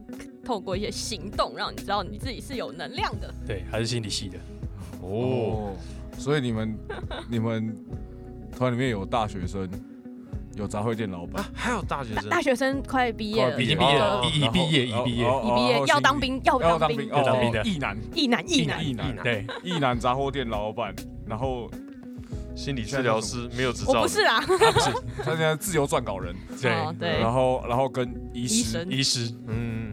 Speaker 4: 透过一些行动，让你知道你自己是有能量的。
Speaker 3: 对，还是心理系的。
Speaker 2: 哦，
Speaker 5: 哦，所以你们你们团里面有大学生，有杂货店老板
Speaker 2: 啊，，还有大学
Speaker 4: 大
Speaker 2: 生，
Speaker 4: 大学生快毕业了，
Speaker 3: 快毕已经毕业了
Speaker 4: 哦
Speaker 3: 已毕业已毕业
Speaker 4: 已毕业要当，兵，要
Speaker 5: 要
Speaker 4: 当
Speaker 5: 当
Speaker 4: 兵
Speaker 5: 兵，，
Speaker 3: 要当兵哦的
Speaker 5: 一哦男
Speaker 4: 一男一男，
Speaker 5: 一
Speaker 2: 一
Speaker 5: 男
Speaker 2: 男
Speaker 3: 对，
Speaker 5: 一男杂货店老板，然后
Speaker 2: 心理治疗师没有执
Speaker 4: 我
Speaker 2: 照
Speaker 4: 不是
Speaker 2: 的，
Speaker 4: 啦，
Speaker 5: 他现在自由撰稿人，
Speaker 3: 对
Speaker 4: 哦 [LAUGHS] 对
Speaker 5: 然后然后跟医
Speaker 4: 医
Speaker 5: 师，
Speaker 4: 生
Speaker 3: 医师，
Speaker 2: 嗯，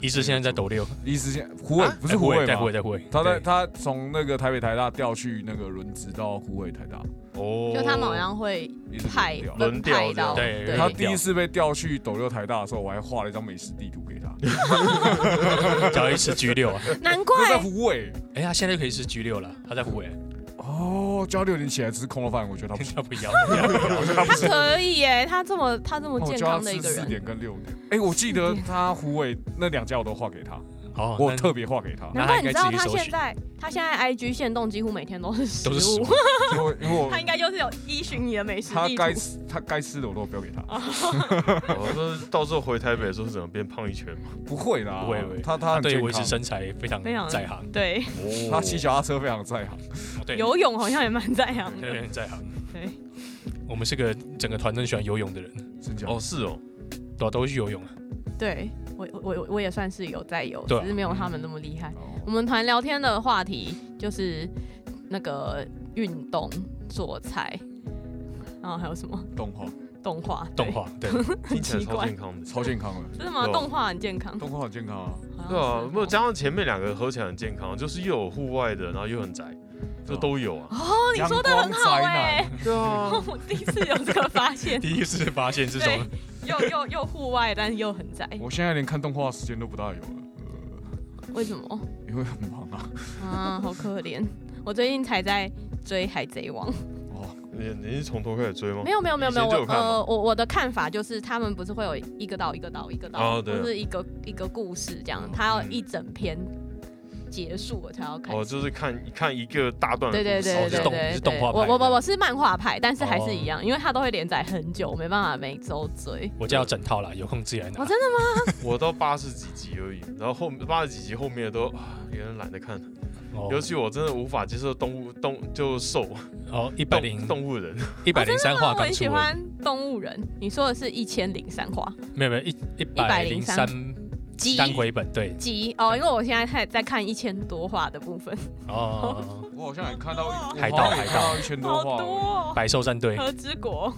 Speaker 3: 医师现在在抖六，
Speaker 5: 医师现胡伟
Speaker 2: 啊
Speaker 5: 不是胡伟
Speaker 3: 在
Speaker 5: 吗
Speaker 3: 胡？伟，在胡伟，
Speaker 5: 他在
Speaker 3: 对
Speaker 5: 他从那个台北台大调去那个轮值到胡伟台大，
Speaker 2: 哦，
Speaker 4: 就他们好像会
Speaker 5: 一直
Speaker 4: 派
Speaker 5: 轮调
Speaker 4: 分派到
Speaker 3: 轮调对
Speaker 5: 他
Speaker 3: 轮
Speaker 5: 第一次被调去斗六台大的时候，我还画了一张美食地图给他，
Speaker 3: 只要一吃 G 六啊， [LAUGHS]
Speaker 4: 难
Speaker 5: 那在
Speaker 4: 怪
Speaker 5: 胡伟
Speaker 3: 哎，他现在就可以吃 G 六了，他在胡 [LAUGHS] 伟，
Speaker 5: 哦，叫他六点起来吃空肉饭，我觉得他不行
Speaker 3: 他不
Speaker 5: [LAUGHS]
Speaker 3: 一样，
Speaker 4: 他可以耶，他这么他这么
Speaker 5: 那哦我
Speaker 4: 健
Speaker 5: 叫他
Speaker 4: 康的一
Speaker 5: 吃
Speaker 4: 个
Speaker 5: 四
Speaker 4: 人，
Speaker 5: 点跟六点。哎，我记得他胡伟那两家我都画给他，
Speaker 3: 哦，
Speaker 5: 我
Speaker 3: 那
Speaker 5: 特别画给他，
Speaker 3: 那他
Speaker 4: 难怪
Speaker 3: 应
Speaker 4: 你
Speaker 3: 该
Speaker 4: 知
Speaker 3: 自
Speaker 4: 道
Speaker 3: 己
Speaker 4: 他
Speaker 3: 搜
Speaker 4: 现
Speaker 3: 寻
Speaker 4: 在他现在 IG 限动几乎每天都是食
Speaker 3: 都是食
Speaker 4: 物
Speaker 3: 物，
Speaker 5: [LAUGHS] 因为因为我
Speaker 4: 他应该就是有依循你的美食
Speaker 5: 他
Speaker 4: 地
Speaker 5: 该
Speaker 4: 图，啊
Speaker 5: 吃他该吃的我都不要给他，
Speaker 2: 我说哦到时候回台北的时候怎么变胖一圈嘛？
Speaker 5: 不会啦，
Speaker 3: 不会不会
Speaker 5: 他他
Speaker 3: 他
Speaker 5: 很
Speaker 3: 对
Speaker 5: 健
Speaker 3: 维持
Speaker 5: 康，
Speaker 3: 身材非常
Speaker 4: 非常
Speaker 3: 在行，哦
Speaker 4: 对，
Speaker 2: 哦
Speaker 5: 他骑脚踏车非常在行，
Speaker 3: 对，
Speaker 4: 游泳好像也蛮在行
Speaker 3: 对，
Speaker 4: 的，
Speaker 3: 很在行。
Speaker 4: 对，
Speaker 3: 我们是个整个团都很喜欢游泳的人，
Speaker 5: 真假？
Speaker 2: 哦，是哦，
Speaker 3: 对啊，都会去游泳啊。
Speaker 4: 对我我我我也算是有在游，
Speaker 3: 对啊
Speaker 4: 只是没有他们那么厉害。
Speaker 5: 哦
Speaker 4: 我们团聊天的话题就是那个运动、做菜，然后还有什么
Speaker 5: 动画
Speaker 4: 动画？对
Speaker 3: 动画，对，
Speaker 2: 听起来
Speaker 4: 奇
Speaker 2: 超
Speaker 4: 怪
Speaker 2: 健康的。
Speaker 5: 超健康的，
Speaker 4: 真的吗？
Speaker 2: 对啊
Speaker 4: 动画很健康，
Speaker 5: 动画很健康啊，
Speaker 4: 好像
Speaker 2: 对啊
Speaker 4: 是，
Speaker 2: 没有加上前面两个合起来很健康，就是又有户外的，然后又很宅，就都有啊。
Speaker 4: 哦，你说的很好
Speaker 5: 阳光宅
Speaker 4: 哎、
Speaker 5: 男
Speaker 2: 对啊，
Speaker 4: [LAUGHS] 我第一次有这个发
Speaker 3: [LAUGHS]
Speaker 4: 现，
Speaker 3: 第一次发现这
Speaker 4: 对
Speaker 3: 种，
Speaker 4: 又又又户外，但是又很宅，
Speaker 5: 我现在连看动画的时间都不大有了，呃
Speaker 4: 为什么？
Speaker 5: 因为很忙啊。
Speaker 4: 啊，好可怜！我最近才在追《海贼王》
Speaker 5: 哦，
Speaker 2: 你你是从头开始追吗
Speaker 4: 没？有没有没有没有，
Speaker 2: 以
Speaker 4: 我
Speaker 2: 前就有看吗
Speaker 4: 呃我我的看法就是，他们不是会有一个岛一个岛一个岛，
Speaker 2: 哦对啊哦
Speaker 4: 就是一个一个故事这样，他要一整篇结束我才要看。
Speaker 2: 哦，就是看看一个大段的
Speaker 4: 对对
Speaker 2: 故事。
Speaker 4: 对
Speaker 3: 哦是
Speaker 4: 对
Speaker 3: 动
Speaker 4: 对
Speaker 3: 是动
Speaker 4: 对，
Speaker 3: 画
Speaker 4: 我
Speaker 3: 派
Speaker 4: 我我
Speaker 3: 的
Speaker 4: 我是漫画派，但是还是一样，因为它都会连载很久，我没办法每周追。
Speaker 3: 我家有整套啦，有空自己来拿
Speaker 4: 哦，。真的吗？
Speaker 2: 我到八十几集而已，然后后八十几集后面都啊有点懒得看，
Speaker 3: 哦
Speaker 2: 尤其我真的无法接受动物动就瘦
Speaker 3: 哦，一百零
Speaker 2: 动动物人，
Speaker 3: 一百零三话
Speaker 4: 我
Speaker 3: 刚
Speaker 4: 很喜
Speaker 3: 出而
Speaker 4: 欢动物人，你说的是一千零三话
Speaker 3: 已，没有没有一一百零三
Speaker 4: 集
Speaker 3: 单回本，对，
Speaker 4: 集哦，因为我现在在在看一千多话的部分，
Speaker 5: [LAUGHS]
Speaker 3: 哦，
Speaker 5: 我好像也看到一
Speaker 3: 海盗
Speaker 5: 我好像也
Speaker 3: 海盗
Speaker 5: 看到一千多
Speaker 4: 哦好
Speaker 5: 话
Speaker 4: 多、欸
Speaker 5: 而已。
Speaker 4: 哦。
Speaker 3: 百兽战队，
Speaker 4: 和之国，
Speaker 5: 哦，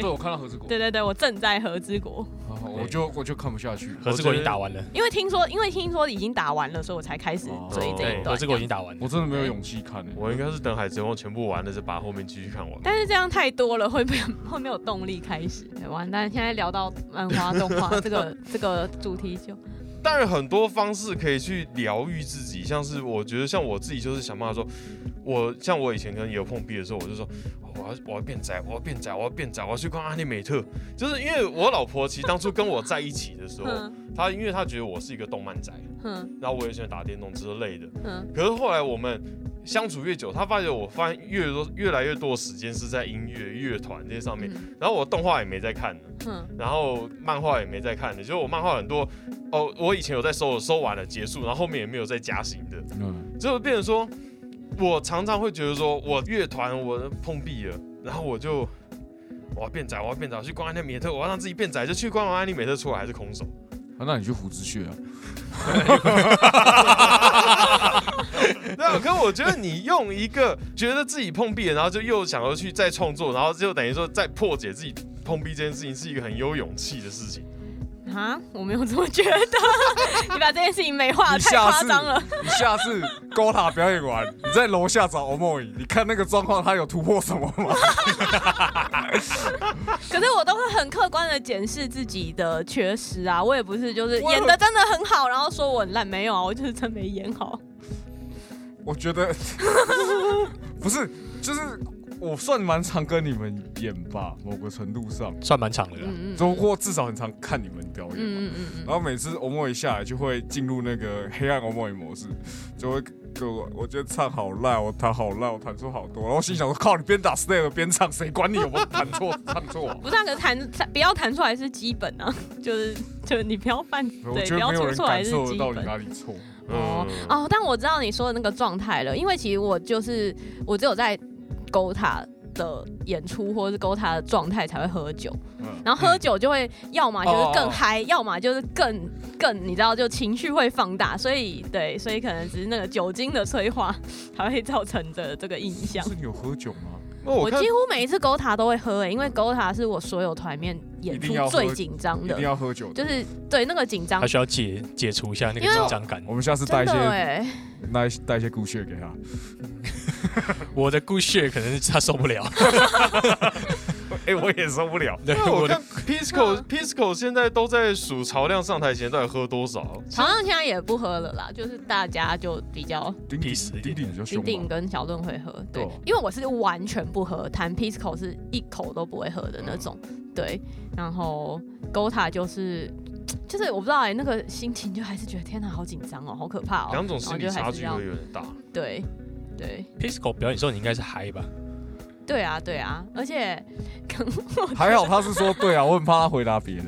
Speaker 5: 对，我看到何之国。
Speaker 4: 对对对，我正在和之国。
Speaker 5: 哦，我我就我就看不下去。
Speaker 3: 和之国已经打完了，
Speaker 4: 因为听说，因为听说已经打完了，所以我才开始追这
Speaker 3: 对，
Speaker 4: 一
Speaker 5: 哦
Speaker 3: 和
Speaker 4: 段
Speaker 3: 之。国已经打完了
Speaker 5: 我。真的没有勇气看、欸，
Speaker 2: 我应该是等《海贼王》全部完了，再把后面继续看完。
Speaker 4: 但是这样太多了，会没有会没有动力开始。对完蛋，现在聊到漫画动
Speaker 5: [LAUGHS]
Speaker 4: 画这个这个主题就
Speaker 2: 当然，很多方式可以去疗愈自己，像是我觉得，像我自己就是想办法说，我像我以前可能也有碰壁的时候，我就说哦我要我要变宅，我要变宅，我要变宅，我要去看阿尼美特，就是因为我老婆其实当初跟我在一起的时候，
Speaker 4: 哼
Speaker 2: 她因为她觉得我是一个动漫宅，
Speaker 4: 哼
Speaker 2: 然后我也喜欢打电动之类的，
Speaker 4: 哼，
Speaker 2: 可是后来我们相处越久，她发现我发现越多越来越多的时间是在音乐乐团这些上面，
Speaker 4: 嗯
Speaker 2: 然后我动画也没在看了。
Speaker 4: 哼
Speaker 2: 然后漫画也没在看的，就是我漫画很多哦，我以前有在收，收完了结束，然后后面也没有再加薪的，
Speaker 5: 嗯，
Speaker 2: 就变成说，我常常会觉得说我乐团我碰壁了，然后我就我要变宅，我要变宅，我去逛安利美特，我要让自己变宅，就去逛完安利美特出来还是空手，
Speaker 5: 啊那你去胡子穴啊？
Speaker 2: 对啊，可我觉得你用一个觉得自己碰壁了，然后就又想要去再创作，然后就等于说再破解自己碰壁这件事情，是一个很有勇气的事情。
Speaker 4: 啊，我没有这么觉得。
Speaker 5: [LAUGHS]
Speaker 4: 你把这件事情美化得啊
Speaker 5: 你
Speaker 4: 太
Speaker 5: 下
Speaker 4: 夸
Speaker 5: 次
Speaker 4: 张了。
Speaker 5: 你下次高塔表演完，你在楼下找欧梦怡，你看那个状况，他有突破什么吗？
Speaker 4: 可是我都会很客观的检视自己的缺失啊，我也不是就是
Speaker 5: 我也
Speaker 4: 演的真的很好，然后说我很烂，没有啊，我就是真没演好。
Speaker 5: 我觉得 [LAUGHS] 不是，就是我算蛮常跟你们演吧，某个程度上，
Speaker 3: 算蛮长的啦。
Speaker 4: 嗯嗯
Speaker 5: 就或至少很常看你们表演嘛。
Speaker 4: 嗯嗯嗯
Speaker 5: 然后每次欧莫一下来就会进入那个 [LAUGHS] 黑暗欧莫一模式，就会跟我，我觉得唱好烂，我弹好烂，我弹错好多。然后心想说，靠，你边打 snare 边唱，谁管你有没有弹错唱错、啊？
Speaker 4: 不是啊，可是弹弹不要弹出来是基本啊， [LAUGHS] 就是就是你不要犯，
Speaker 5: 我
Speaker 4: 对，不
Speaker 5: 觉得
Speaker 4: 要
Speaker 5: 没有
Speaker 4: 出
Speaker 5: 人
Speaker 4: 错来
Speaker 5: 感
Speaker 4: 是
Speaker 5: 受得
Speaker 4: 基
Speaker 5: 到你
Speaker 4: 本。
Speaker 5: 哪里错。
Speaker 4: 哦
Speaker 2: 嗯
Speaker 4: 哦，但我知道你说的那个状态了，因为其实我就是我只有在勾塔的演出或者是勾塔的状态才会喝酒，
Speaker 5: 嗯，
Speaker 4: 然后喝酒就会要么就是
Speaker 5: 哦哦
Speaker 4: 更
Speaker 5: 哦
Speaker 4: 嗨，要么就是更更你知道就情绪会放大，所以对，所以可能只是那个酒精的催化才会造成的这个影响。
Speaker 5: 是你有喝酒吗？
Speaker 2: 那
Speaker 4: 我
Speaker 2: 我看
Speaker 4: 几乎每一次勾塔都会喝、欸，因为勾塔是我所有团面演
Speaker 5: 一定
Speaker 4: 出
Speaker 5: 要喝
Speaker 4: 最紧张
Speaker 5: 一
Speaker 4: 的
Speaker 5: 定，要喝酒的。
Speaker 4: 就是对那个紧张
Speaker 3: 他，需要解解除一下那个
Speaker 4: 因为
Speaker 3: 紧张感。
Speaker 5: 我们下次带
Speaker 4: 真
Speaker 5: 一
Speaker 4: 的
Speaker 5: 些
Speaker 4: 哎、
Speaker 5: 带一些带一些故事给他。
Speaker 3: 我的故事可能是他受不了，
Speaker 5: 哎，我也受不了。
Speaker 3: 对
Speaker 2: 那我
Speaker 3: 我
Speaker 2: 看
Speaker 3: 的
Speaker 2: Pisco
Speaker 4: 嗯
Speaker 2: Pisco 现在都在数曹亮上台前到底喝多少，
Speaker 4: 好像现在也不喝了啦，就是大家就比较
Speaker 5: 顶顶
Speaker 3: Peace 一点
Speaker 5: 顶顶比较
Speaker 4: 丁
Speaker 5: 凶
Speaker 4: 丁
Speaker 5: 嘛。
Speaker 4: 跟小盾会喝，对
Speaker 5: 哦，
Speaker 4: 因为我是完全不喝，弹 Pisco 是一口都不会喝的那种，对，然后 Gota 就是。就是我不知道哎、那个心情就还是觉得天哪，好紧张哦，好可怕哦。
Speaker 2: 两种
Speaker 4: 然后
Speaker 2: 心理
Speaker 4: 就还
Speaker 2: 差
Speaker 4: 是
Speaker 2: 距
Speaker 4: 要
Speaker 2: 会有点大。
Speaker 4: 对，对，
Speaker 3: Pisco 表演的时候，你应该是嗨吧？
Speaker 4: 对啊，对啊。而且， [LAUGHS]
Speaker 5: 还好他是说对啊，我很怕他回答别的。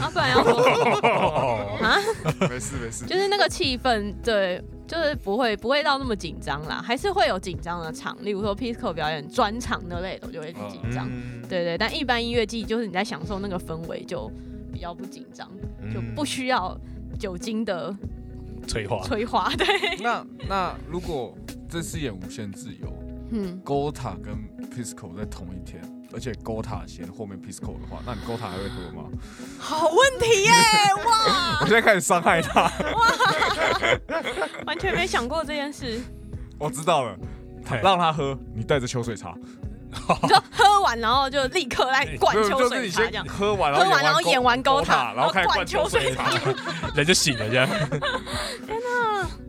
Speaker 4: 啊，不然要说什么啊？
Speaker 5: [LAUGHS] 没事没事。
Speaker 4: 就是那个气氛，对，就是不会不会到那么紧张啦，还是会有紧张的场，例如说 Pisco 表演专场那类的，我就
Speaker 5: 哦
Speaker 4: 会紧张。
Speaker 2: 嗯，
Speaker 4: 对对，但一般音乐季就是你在享受那个氛围，就比较不紧张，
Speaker 5: 嗯
Speaker 4: 就不需要酒精的
Speaker 3: 催化。
Speaker 4: 催化。对，
Speaker 5: 那那如果这次演无限自由
Speaker 4: 嗯，
Speaker 5: ，Gota 跟 Pisco 在同一天，而且 Gota 先后面 Pisco 的话，那你 Gota 还会喝吗？
Speaker 4: 好问题耶、 [LAUGHS] 哇，
Speaker 5: 我现在开始伤害他， [LAUGHS]
Speaker 4: 完全没想过这件事。
Speaker 5: 我知道了，
Speaker 3: 嘿
Speaker 5: 让他喝，你带着秋水茶，
Speaker 4: 你说喝完然后就立刻来灌
Speaker 5: 没有
Speaker 4: 秋
Speaker 5: 哎就是
Speaker 4: 水
Speaker 5: 你
Speaker 4: 茶这样
Speaker 5: 先。喝完，
Speaker 4: 喝完然后演完勾
Speaker 5: 塔，
Speaker 4: 塔，
Speaker 5: 然后开始
Speaker 4: 灌
Speaker 5: 灌
Speaker 4: 秋
Speaker 5: 秋水。
Speaker 4: 水茶，
Speaker 3: 人就醒了这样。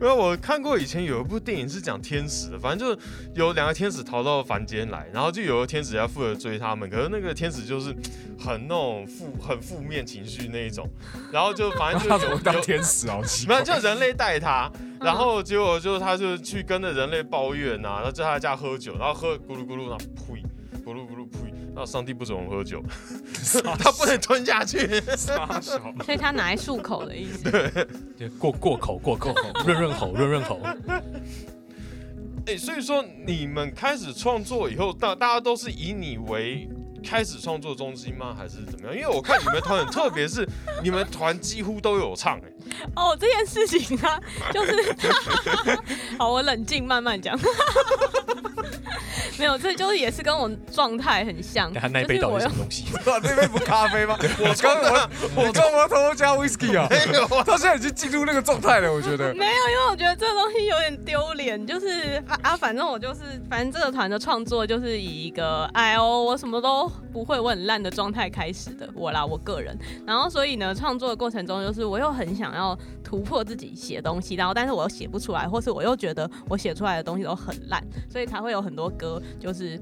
Speaker 2: 因为我看过以前有一部电影是讲天使的，反正就是有两个天使逃到凡间来，然后就有个天使要负责追他们，可是那个天使就是很那种负很负面情绪那一种，然后就反正
Speaker 5: 他
Speaker 2: 就
Speaker 5: [LAUGHS] 怎
Speaker 2: 有
Speaker 5: 么
Speaker 2: 有
Speaker 5: 当天使啊？好奇
Speaker 2: 没
Speaker 5: 怪
Speaker 2: 有，就人类带他，然后结果就他就去跟着人类抱怨呐、然后在他家喝酒，然后喝咕噜咕噜，然后呸，咕噜咕噜呸，然后上帝不准我喝酒， [LAUGHS] 他不能吞下去。 [LAUGHS]
Speaker 5: 傻 [LAUGHS] 小
Speaker 4: 所以他拿来漱口的意思。
Speaker 3: 对过过口过口，润润喉润润喉。
Speaker 2: 哎、所以说你们开始创作以后，大大家都是以你为开始创作中心吗？还是怎么样？因为我看你们团很特别，是 [LAUGHS] 你们团几乎都有唱、哎，
Speaker 4: 哦，这件事情啊， [LAUGHS] 就是，好，我冷静慢慢讲。没有，这就是也是跟我状态很像。
Speaker 3: 他啊那一
Speaker 4: 就
Speaker 3: 杯
Speaker 4: 是
Speaker 3: 到底
Speaker 4: 我
Speaker 3: 是
Speaker 4: 要
Speaker 3: 什么东西？
Speaker 5: 哇这杯不咖啡吗？我刚我我干嘛偷偷加 whisky [LAUGHS] 啊？
Speaker 2: [LAUGHS] 没有啊，
Speaker 5: 他现在已经进入那个状态了，我觉得。
Speaker 4: 没有，因为我觉得这东西有点丢脸，就是啊啊，反正我就是，反正这个团的创作就是以一个哎呦我什么都不会，我很烂的状态开始的，我啦我个人。然后所以呢，创作的过程中就是我又很想要突破自己写东西，然后但是我又写不出来，或是我又觉得我写出来的东西都很烂，所以才会有很多歌就是。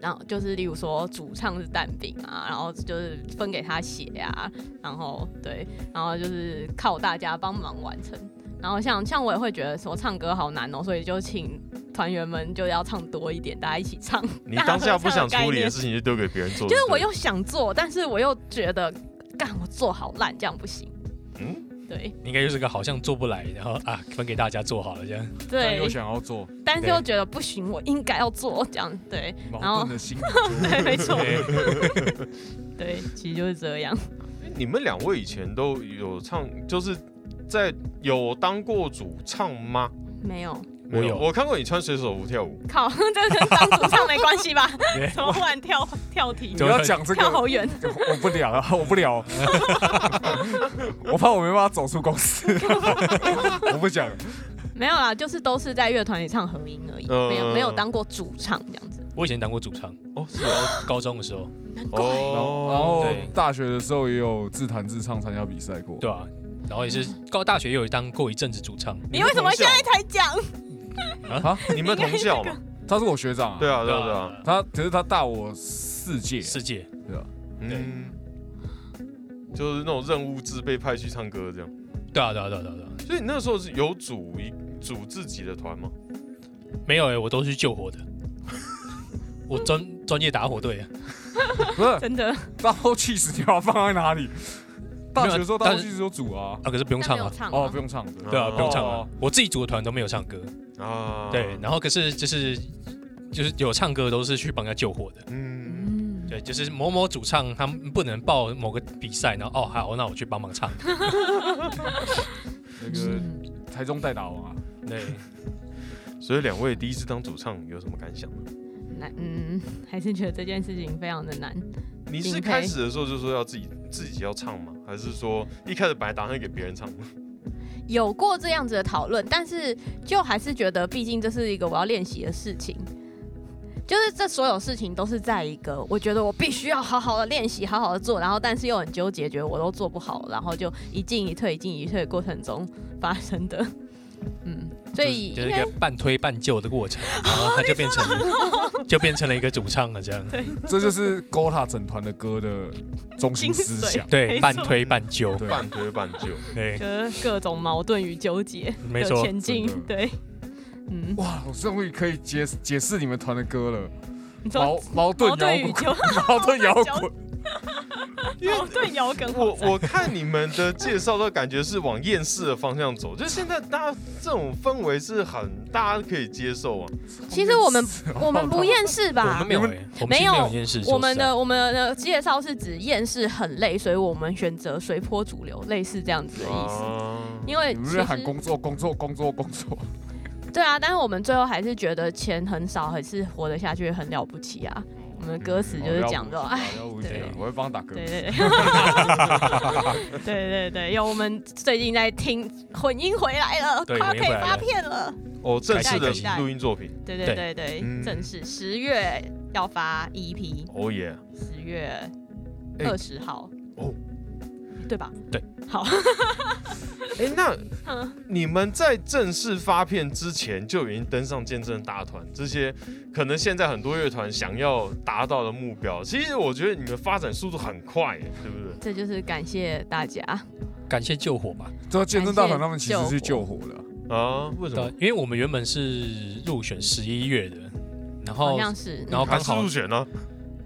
Speaker 4: 然后就是，例如说主唱是蛋饼啊，然后就是分给他写啊，然后对，然后就是靠大家帮忙完成。然后像像我也会觉得说唱歌好难哦，所以就请团员们就要唱多一点，大家一起唱。
Speaker 2: 你当下不
Speaker 4: [LAUGHS]
Speaker 2: 想处理的
Speaker 4: 事，
Speaker 2: 事情就丢给别人做，
Speaker 4: 就是我
Speaker 2: 对
Speaker 4: 又想做，但是我又觉得干我做好烂，这样不行。嗯，对
Speaker 3: 应该就是个好像做不来，然后啊分给大家做好了这样。
Speaker 5: 但又
Speaker 4: [LAUGHS] 对，
Speaker 5: 想要做
Speaker 4: 但是又觉得不行，我应该要做这样。对
Speaker 5: 矛盾的心理
Speaker 4: 对，没错，
Speaker 3: 对
Speaker 4: 对，其实就是这样。
Speaker 2: 不对你们两位以前都有唱，就是在有当过主唱吗？
Speaker 4: 没有
Speaker 3: 我有
Speaker 2: 我看过你穿水手服跳舞。
Speaker 4: [LAUGHS] 靠，这跟当主唱没关系吧？
Speaker 3: 对
Speaker 4: 怎么忽然跳跳题
Speaker 5: 你？要讲这
Speaker 4: 跳
Speaker 5: 个，
Speaker 4: 好远， [LAUGHS]
Speaker 5: 我不了， [LAUGHS] 我不了，我怕我没办法走出公司， [LAUGHS] 我不讲。
Speaker 4: 没有啦，就是都是在乐团里唱和音而已，
Speaker 2: 嗯
Speaker 4: 没有没有当过主唱这样子。
Speaker 3: 我以前当过主唱，
Speaker 2: 哦，是
Speaker 3: 高中的时候，
Speaker 4: 难怪、
Speaker 5: 然后然
Speaker 2: 哦，
Speaker 5: 后
Speaker 3: 对
Speaker 5: 大学的时候也有自弹自唱参加比赛过，
Speaker 3: 对啊，然后也是高大学也有当过一阵子主唱，
Speaker 4: 你为什么现在才讲？
Speaker 2: 你们同校嘛？
Speaker 5: 他是我学长啊。
Speaker 2: 对啊，对啊，对啊。
Speaker 5: 他可是他大我四届，
Speaker 3: 世界
Speaker 2: 嗯，就是那种任务制被派去唱歌这样。
Speaker 3: 对啊对啊对啊对啊对啊，
Speaker 2: 所以你那时候是有组一组自己的团吗？
Speaker 3: 没有哎、我都是救火的，我专专业打火队啊，
Speaker 5: [LAUGHS] 不是
Speaker 4: 真的
Speaker 5: 大后气死掉，放在哪里？大学的时候
Speaker 3: 没有
Speaker 5: 大
Speaker 3: 啊
Speaker 5: 后气死有组啊，
Speaker 3: 啊可是不用
Speaker 4: 那
Speaker 3: 唱
Speaker 4: 没有
Speaker 3: 啊，
Speaker 4: 唱
Speaker 5: 哦，
Speaker 4: 哦
Speaker 5: 不，用唱，
Speaker 3: 对啊不用唱
Speaker 5: 哦
Speaker 3: 啊，我自己组的团都没有唱歌，
Speaker 2: 啊，
Speaker 3: 对，然后可是就是就是有唱歌都是去帮人家救火的。
Speaker 2: 嗯，
Speaker 4: 嗯，
Speaker 3: 对，就是某某主唱，他们不能报某个比赛，然后哦好，那我去帮忙唱。
Speaker 5: 那个台中代打王啊，
Speaker 4: [LAUGHS]
Speaker 3: 对，
Speaker 2: 所以两位第一次当主唱有什么感想呢？
Speaker 4: 难，嗯， [LAUGHS] 还是觉得这件事情非常的难。
Speaker 2: 你
Speaker 4: 顶
Speaker 2: 是
Speaker 4: 配
Speaker 2: 开始的时候就说要自己自己要唱吗？还是说一开始本来打算给别人唱？
Speaker 4: 有过这样子的讨论，但是就还是觉得，毕竟这是一个我要练习的事情。就是这所有事情都是在一个，我觉得我必须要好好的练习，好好的做，然后但是又很纠结，觉得我都做不好，然后就一进一退，一进一退的过程中发生的。嗯，所以
Speaker 3: 就
Speaker 4: 应
Speaker 3: 是一
Speaker 4: 该
Speaker 3: 个半推半就的过程，然后他就变成
Speaker 4: 哦
Speaker 3: 就变成了一个主唱了这样。
Speaker 5: 这就是 Gota 整团的歌的中心思
Speaker 4: 精髓。
Speaker 5: 想
Speaker 4: 没
Speaker 3: 对，
Speaker 4: 错
Speaker 3: 半推半就，
Speaker 5: 对，
Speaker 2: 半推半就。
Speaker 3: 对，
Speaker 4: 就是各种矛盾与纠结
Speaker 3: 没
Speaker 4: 的
Speaker 3: 错，
Speaker 4: 前进
Speaker 5: 真。的
Speaker 4: 对，嗯，
Speaker 5: 哇，我终于可以解解释你们团的歌了，
Speaker 4: 你说
Speaker 5: 矛矛盾
Speaker 4: 矛
Speaker 5: 摇
Speaker 4: 盾与
Speaker 5: 滚， [LAUGHS]
Speaker 4: 纠，
Speaker 5: 矛盾摇
Speaker 4: 矛
Speaker 5: 滚，
Speaker 4: 矛盾摇梗好
Speaker 2: 我
Speaker 4: 赞，
Speaker 2: 我看你们的介绍都感觉是往厌世的方向走， [LAUGHS] 就是现在大家这种氛围是很大家可以接受啊。
Speaker 4: [LAUGHS] 其实我们
Speaker 5: [LAUGHS]
Speaker 4: 我们不厌世吧？
Speaker 3: 我们没有
Speaker 5: 你
Speaker 3: 欸，我们
Speaker 4: 啊没
Speaker 3: 是
Speaker 4: 有
Speaker 3: 没有一件事，啊
Speaker 4: 我们的我们的介绍是指厌世很累，所以我们选择随波逐流，类似这样子的意思。
Speaker 3: 哦
Speaker 2: 啊
Speaker 4: 因为
Speaker 5: 你们
Speaker 4: 其
Speaker 5: 在
Speaker 4: 实
Speaker 5: 喊工作工作工作工作，
Speaker 4: 对啊，但是我们最后还是觉得钱很少，还是活得下去很了不起啊。我们的歌词就是讲
Speaker 3: 嗯
Speaker 4: 说，
Speaker 3: 哦
Speaker 4: 哎、
Speaker 5: 哦要无
Speaker 4: 对
Speaker 5: 解，我会帮他打
Speaker 3: [LAUGHS]
Speaker 5: 歌。
Speaker 4: 对对对， [LAUGHS] 对对对，有我们最近在听混音回来了，
Speaker 3: 对
Speaker 4: 快
Speaker 3: 混音
Speaker 4: 可以
Speaker 3: 回来了
Speaker 4: 发片了。
Speaker 2: 哦，正式的
Speaker 4: 期待
Speaker 2: 录音作品，
Speaker 4: 对对对对，
Speaker 2: 嗯
Speaker 4: 正式十月要发 EP，
Speaker 2: 哦耶！
Speaker 4: 十月
Speaker 5: 哎
Speaker 4: 二十号、
Speaker 2: 哦
Speaker 4: 对吧？
Speaker 3: 对，
Speaker 4: 好，
Speaker 2: 哎，那
Speaker 4: 嗯。
Speaker 2: 你们在正式发片之前就已经登上见证大团，这些可能现在很多乐团想要达到的目标，其实我觉得你们发展速度很快，对不对？
Speaker 4: 这就是感谢大家。
Speaker 3: 感谢救火吧，
Speaker 5: 这健身大团他们其实是救火的，
Speaker 4: 哎
Speaker 2: 啊，为什
Speaker 3: 对
Speaker 2: 么？，
Speaker 3: 因为我们原本是入选十一月的，然
Speaker 4: 好
Speaker 3: 后
Speaker 4: 像是，
Speaker 3: 哦然后
Speaker 2: 还
Speaker 3: 刚
Speaker 2: 是
Speaker 3: 好
Speaker 2: 入选啊呢？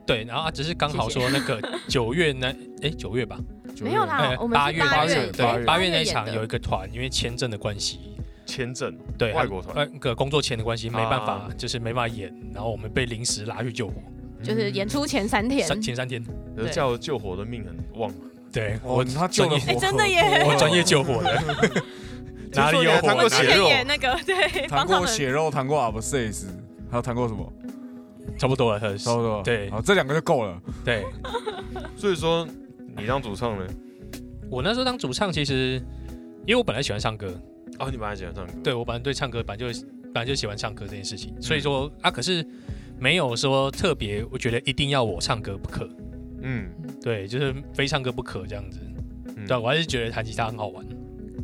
Speaker 3: 对，然后啊只是刚好
Speaker 4: 谢
Speaker 3: 说那个九月那哎九月吧，
Speaker 5: 九
Speaker 4: 没
Speaker 5: 月
Speaker 4: 有啦
Speaker 3: 哎，
Speaker 4: 我们
Speaker 3: 八
Speaker 4: 是
Speaker 3: 月
Speaker 5: 八
Speaker 4: 月
Speaker 5: 月
Speaker 4: 对
Speaker 5: 八
Speaker 3: 对八月那一
Speaker 4: 演
Speaker 3: 场
Speaker 4: 的
Speaker 3: 有一个团，因为签证的关系，
Speaker 2: 签证
Speaker 3: 对
Speaker 2: 外国团
Speaker 3: 呃那个工作签的关系没办法
Speaker 2: 啊，
Speaker 3: 就是没办法演，然后我们被临时拉去救火，
Speaker 4: 就是演出前三天，
Speaker 3: 三前三天，
Speaker 2: 有
Speaker 4: 对
Speaker 2: 叫救火的命很旺，
Speaker 3: 对
Speaker 5: 哦，
Speaker 3: 我
Speaker 5: 他救了
Speaker 3: 专业
Speaker 5: 火，
Speaker 4: 哎真的耶
Speaker 3: 我专业救火
Speaker 2: [LAUGHS]
Speaker 3: 的，哪里有
Speaker 2: 听说你还
Speaker 3: 火
Speaker 2: 当过
Speaker 4: 我
Speaker 3: 哪
Speaker 4: 之
Speaker 3: 里
Speaker 2: 血
Speaker 4: 前
Speaker 2: 肉
Speaker 4: 演那个对，
Speaker 5: 弹
Speaker 4: 帮他
Speaker 5: 过
Speaker 4: 们
Speaker 5: 血肉，弹过 a b s e s 还有弹过什么？
Speaker 3: 差不多了，呃
Speaker 2: 哦
Speaker 5: 差不多了。
Speaker 3: 对
Speaker 5: 好，这两个就够了。
Speaker 3: 对，
Speaker 2: 所以说你当主唱呢？
Speaker 3: 我那时候当主唱，其实因为我本来喜欢唱歌，
Speaker 2: 哦，你本来喜欢唱歌，
Speaker 3: 对我本来对唱歌本来就本来就喜欢唱歌这件事情，所
Speaker 2: 嗯
Speaker 3: 以说啊，可是没有说特别，我觉得一定要我唱歌不可，
Speaker 2: 嗯，
Speaker 3: 对，就是非唱歌不可这样子。
Speaker 2: 嗯
Speaker 3: 对啊，我还是觉得弹吉他很好玩。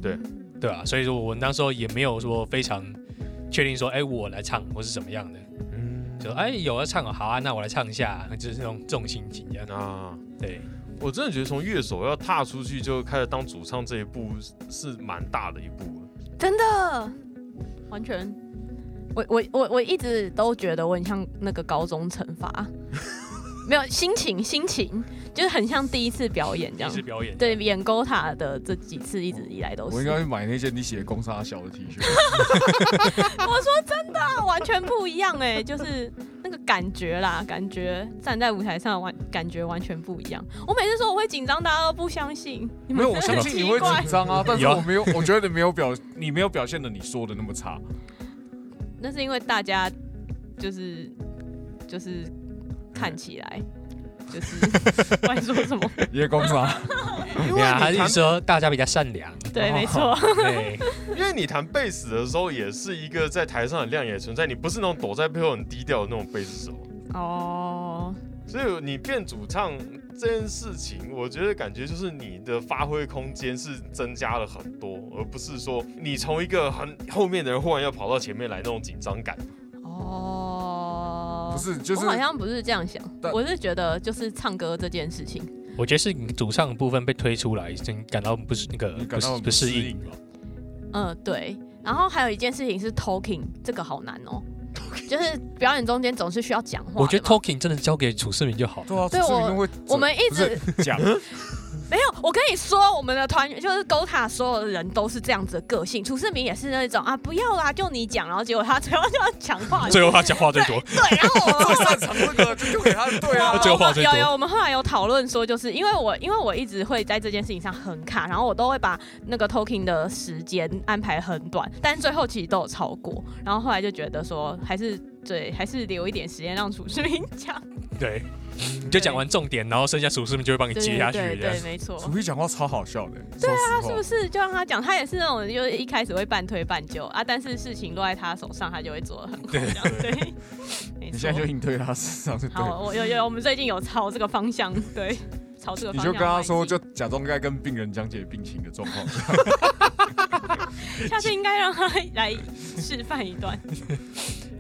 Speaker 2: 对，
Speaker 3: 对啊，所以说我那时候也没有说非常确定说，哎，我来唱或是怎么样的，
Speaker 2: 嗯
Speaker 3: 就哎有要唱哦，好啊，那我来唱一下，就是这种这种心情这样。
Speaker 2: 啊，
Speaker 3: 对，
Speaker 2: 我真的觉得从乐手要踏出去就开始当主唱这一步是蛮大的一步了。
Speaker 4: 真的，
Speaker 5: 嗯
Speaker 4: 完全。我我我我一直都觉得我很像那个高中惩罚，没有心情心情，就是很像第一次表演这
Speaker 3: 也
Speaker 4: 样
Speaker 3: 是。表演。
Speaker 4: 对，演勾塔的这几次一直以来都
Speaker 5: 我应
Speaker 4: 是，
Speaker 5: 该去买那件你写公沙小的 T 恤。
Speaker 4: 啊完全不一样哎、就是那个感觉啦，感觉站在舞台上完感觉完全不一样。我每次说我会紧张，大家都不相信，你
Speaker 5: 没
Speaker 4: 们
Speaker 5: 有，我
Speaker 4: 真
Speaker 5: 相
Speaker 4: 的很
Speaker 5: 信你
Speaker 4: 奇
Speaker 5: 会
Speaker 4: 怪
Speaker 5: 紧。张啊，但是
Speaker 3: 有啊
Speaker 5: 我没有，我觉得你没有表，你没有表现的你说的那
Speaker 4: [LAUGHS]
Speaker 5: 么差。
Speaker 4: 那是因为大家就是就是看起来就是我还说什 [LAUGHS] 么？
Speaker 5: 也公
Speaker 4: 哦
Speaker 5: 沙，
Speaker 2: 因
Speaker 3: 对啊，
Speaker 2: 为
Speaker 3: 还
Speaker 2: 你
Speaker 3: 是
Speaker 2: 弹，
Speaker 3: 说大家比较善良。
Speaker 4: 对，没错，
Speaker 3: [LAUGHS] 对，
Speaker 2: 因为你弹贝斯的时候也是一个在台上很亮眼的存在，你不是那种躲在背后很低调的那种贝斯手，
Speaker 4: 哦。
Speaker 2: 所以你变主唱这件事情，我觉得感觉就是你的发挥空间是增加了很多，而不是说你从一个很后面的人忽然要跑到前面来那种紧张感。
Speaker 4: 哦，
Speaker 5: 不是，就是
Speaker 4: 我好像不是这样想，
Speaker 5: 但
Speaker 4: 我是觉得就是唱歌这件事情，
Speaker 3: 我觉得是你主唱的部分被推出来，已经感到不是那个
Speaker 5: 你
Speaker 3: 不
Speaker 5: 感
Speaker 3: 是
Speaker 5: 到
Speaker 3: 不适应。
Speaker 5: 吧？
Speaker 4: 嗯、对。然后还有一件事情是 talking，这个好难哦，就是表演中间总是需要讲话的嘛。
Speaker 3: 我觉得 talking 真的交给楚世民就好了。
Speaker 5: 对啊，
Speaker 4: 对
Speaker 5: 所以
Speaker 4: 我
Speaker 5: 你会
Speaker 4: 我们一
Speaker 5: 不
Speaker 4: 直哦 [LAUGHS]
Speaker 5: 是讲，
Speaker 4: 没有，我跟你说，我们的团员就是狗塔，所有的人都是这样子的个性。楚世明也是那种啊，不要啦，就你讲，然后结果他最后就要讲话，
Speaker 3: 最后他讲话最
Speaker 4: [LAUGHS]
Speaker 3: 多，
Speaker 4: 对，然后我们
Speaker 5: 最擅长这个就丢给他，对啊
Speaker 4: [LAUGHS]
Speaker 3: 他，最后话最多
Speaker 4: 有有，我们后来有讨论说，就是因为我因为我一直会在这件事情上很卡，然后我都会把那个 talking 的时间安排很短，但最后其实都有超过。然后后来就觉得说，还是对，还是留一点时间让楚世明讲。
Speaker 3: 对，你就讲完重点，然后剩下楚世民就会帮你
Speaker 4: 对
Speaker 3: 接下去。
Speaker 4: 对
Speaker 3: 这样
Speaker 4: 对，没错。
Speaker 5: 楚皮讲话超好笑的，对啊，
Speaker 4: 是不是就让他讲？他也是那种，就是一开始会半推半就啊，但是事情落在他手上，他就会做的很好。这样
Speaker 5: [LAUGHS]
Speaker 4: 对，没
Speaker 5: 你
Speaker 4: 错
Speaker 5: 现在。就硬推他身上就对了。
Speaker 4: 好，我有有，我们最近有朝这个方向， [LAUGHS] 对，朝这个
Speaker 5: 你
Speaker 4: 方向迈
Speaker 5: 就
Speaker 4: 进。
Speaker 5: 跟他说，就假装在跟病人讲解病情的状况。
Speaker 4: [LAUGHS] 下次应该让他来示范一
Speaker 5: [LAUGHS]
Speaker 4: 段。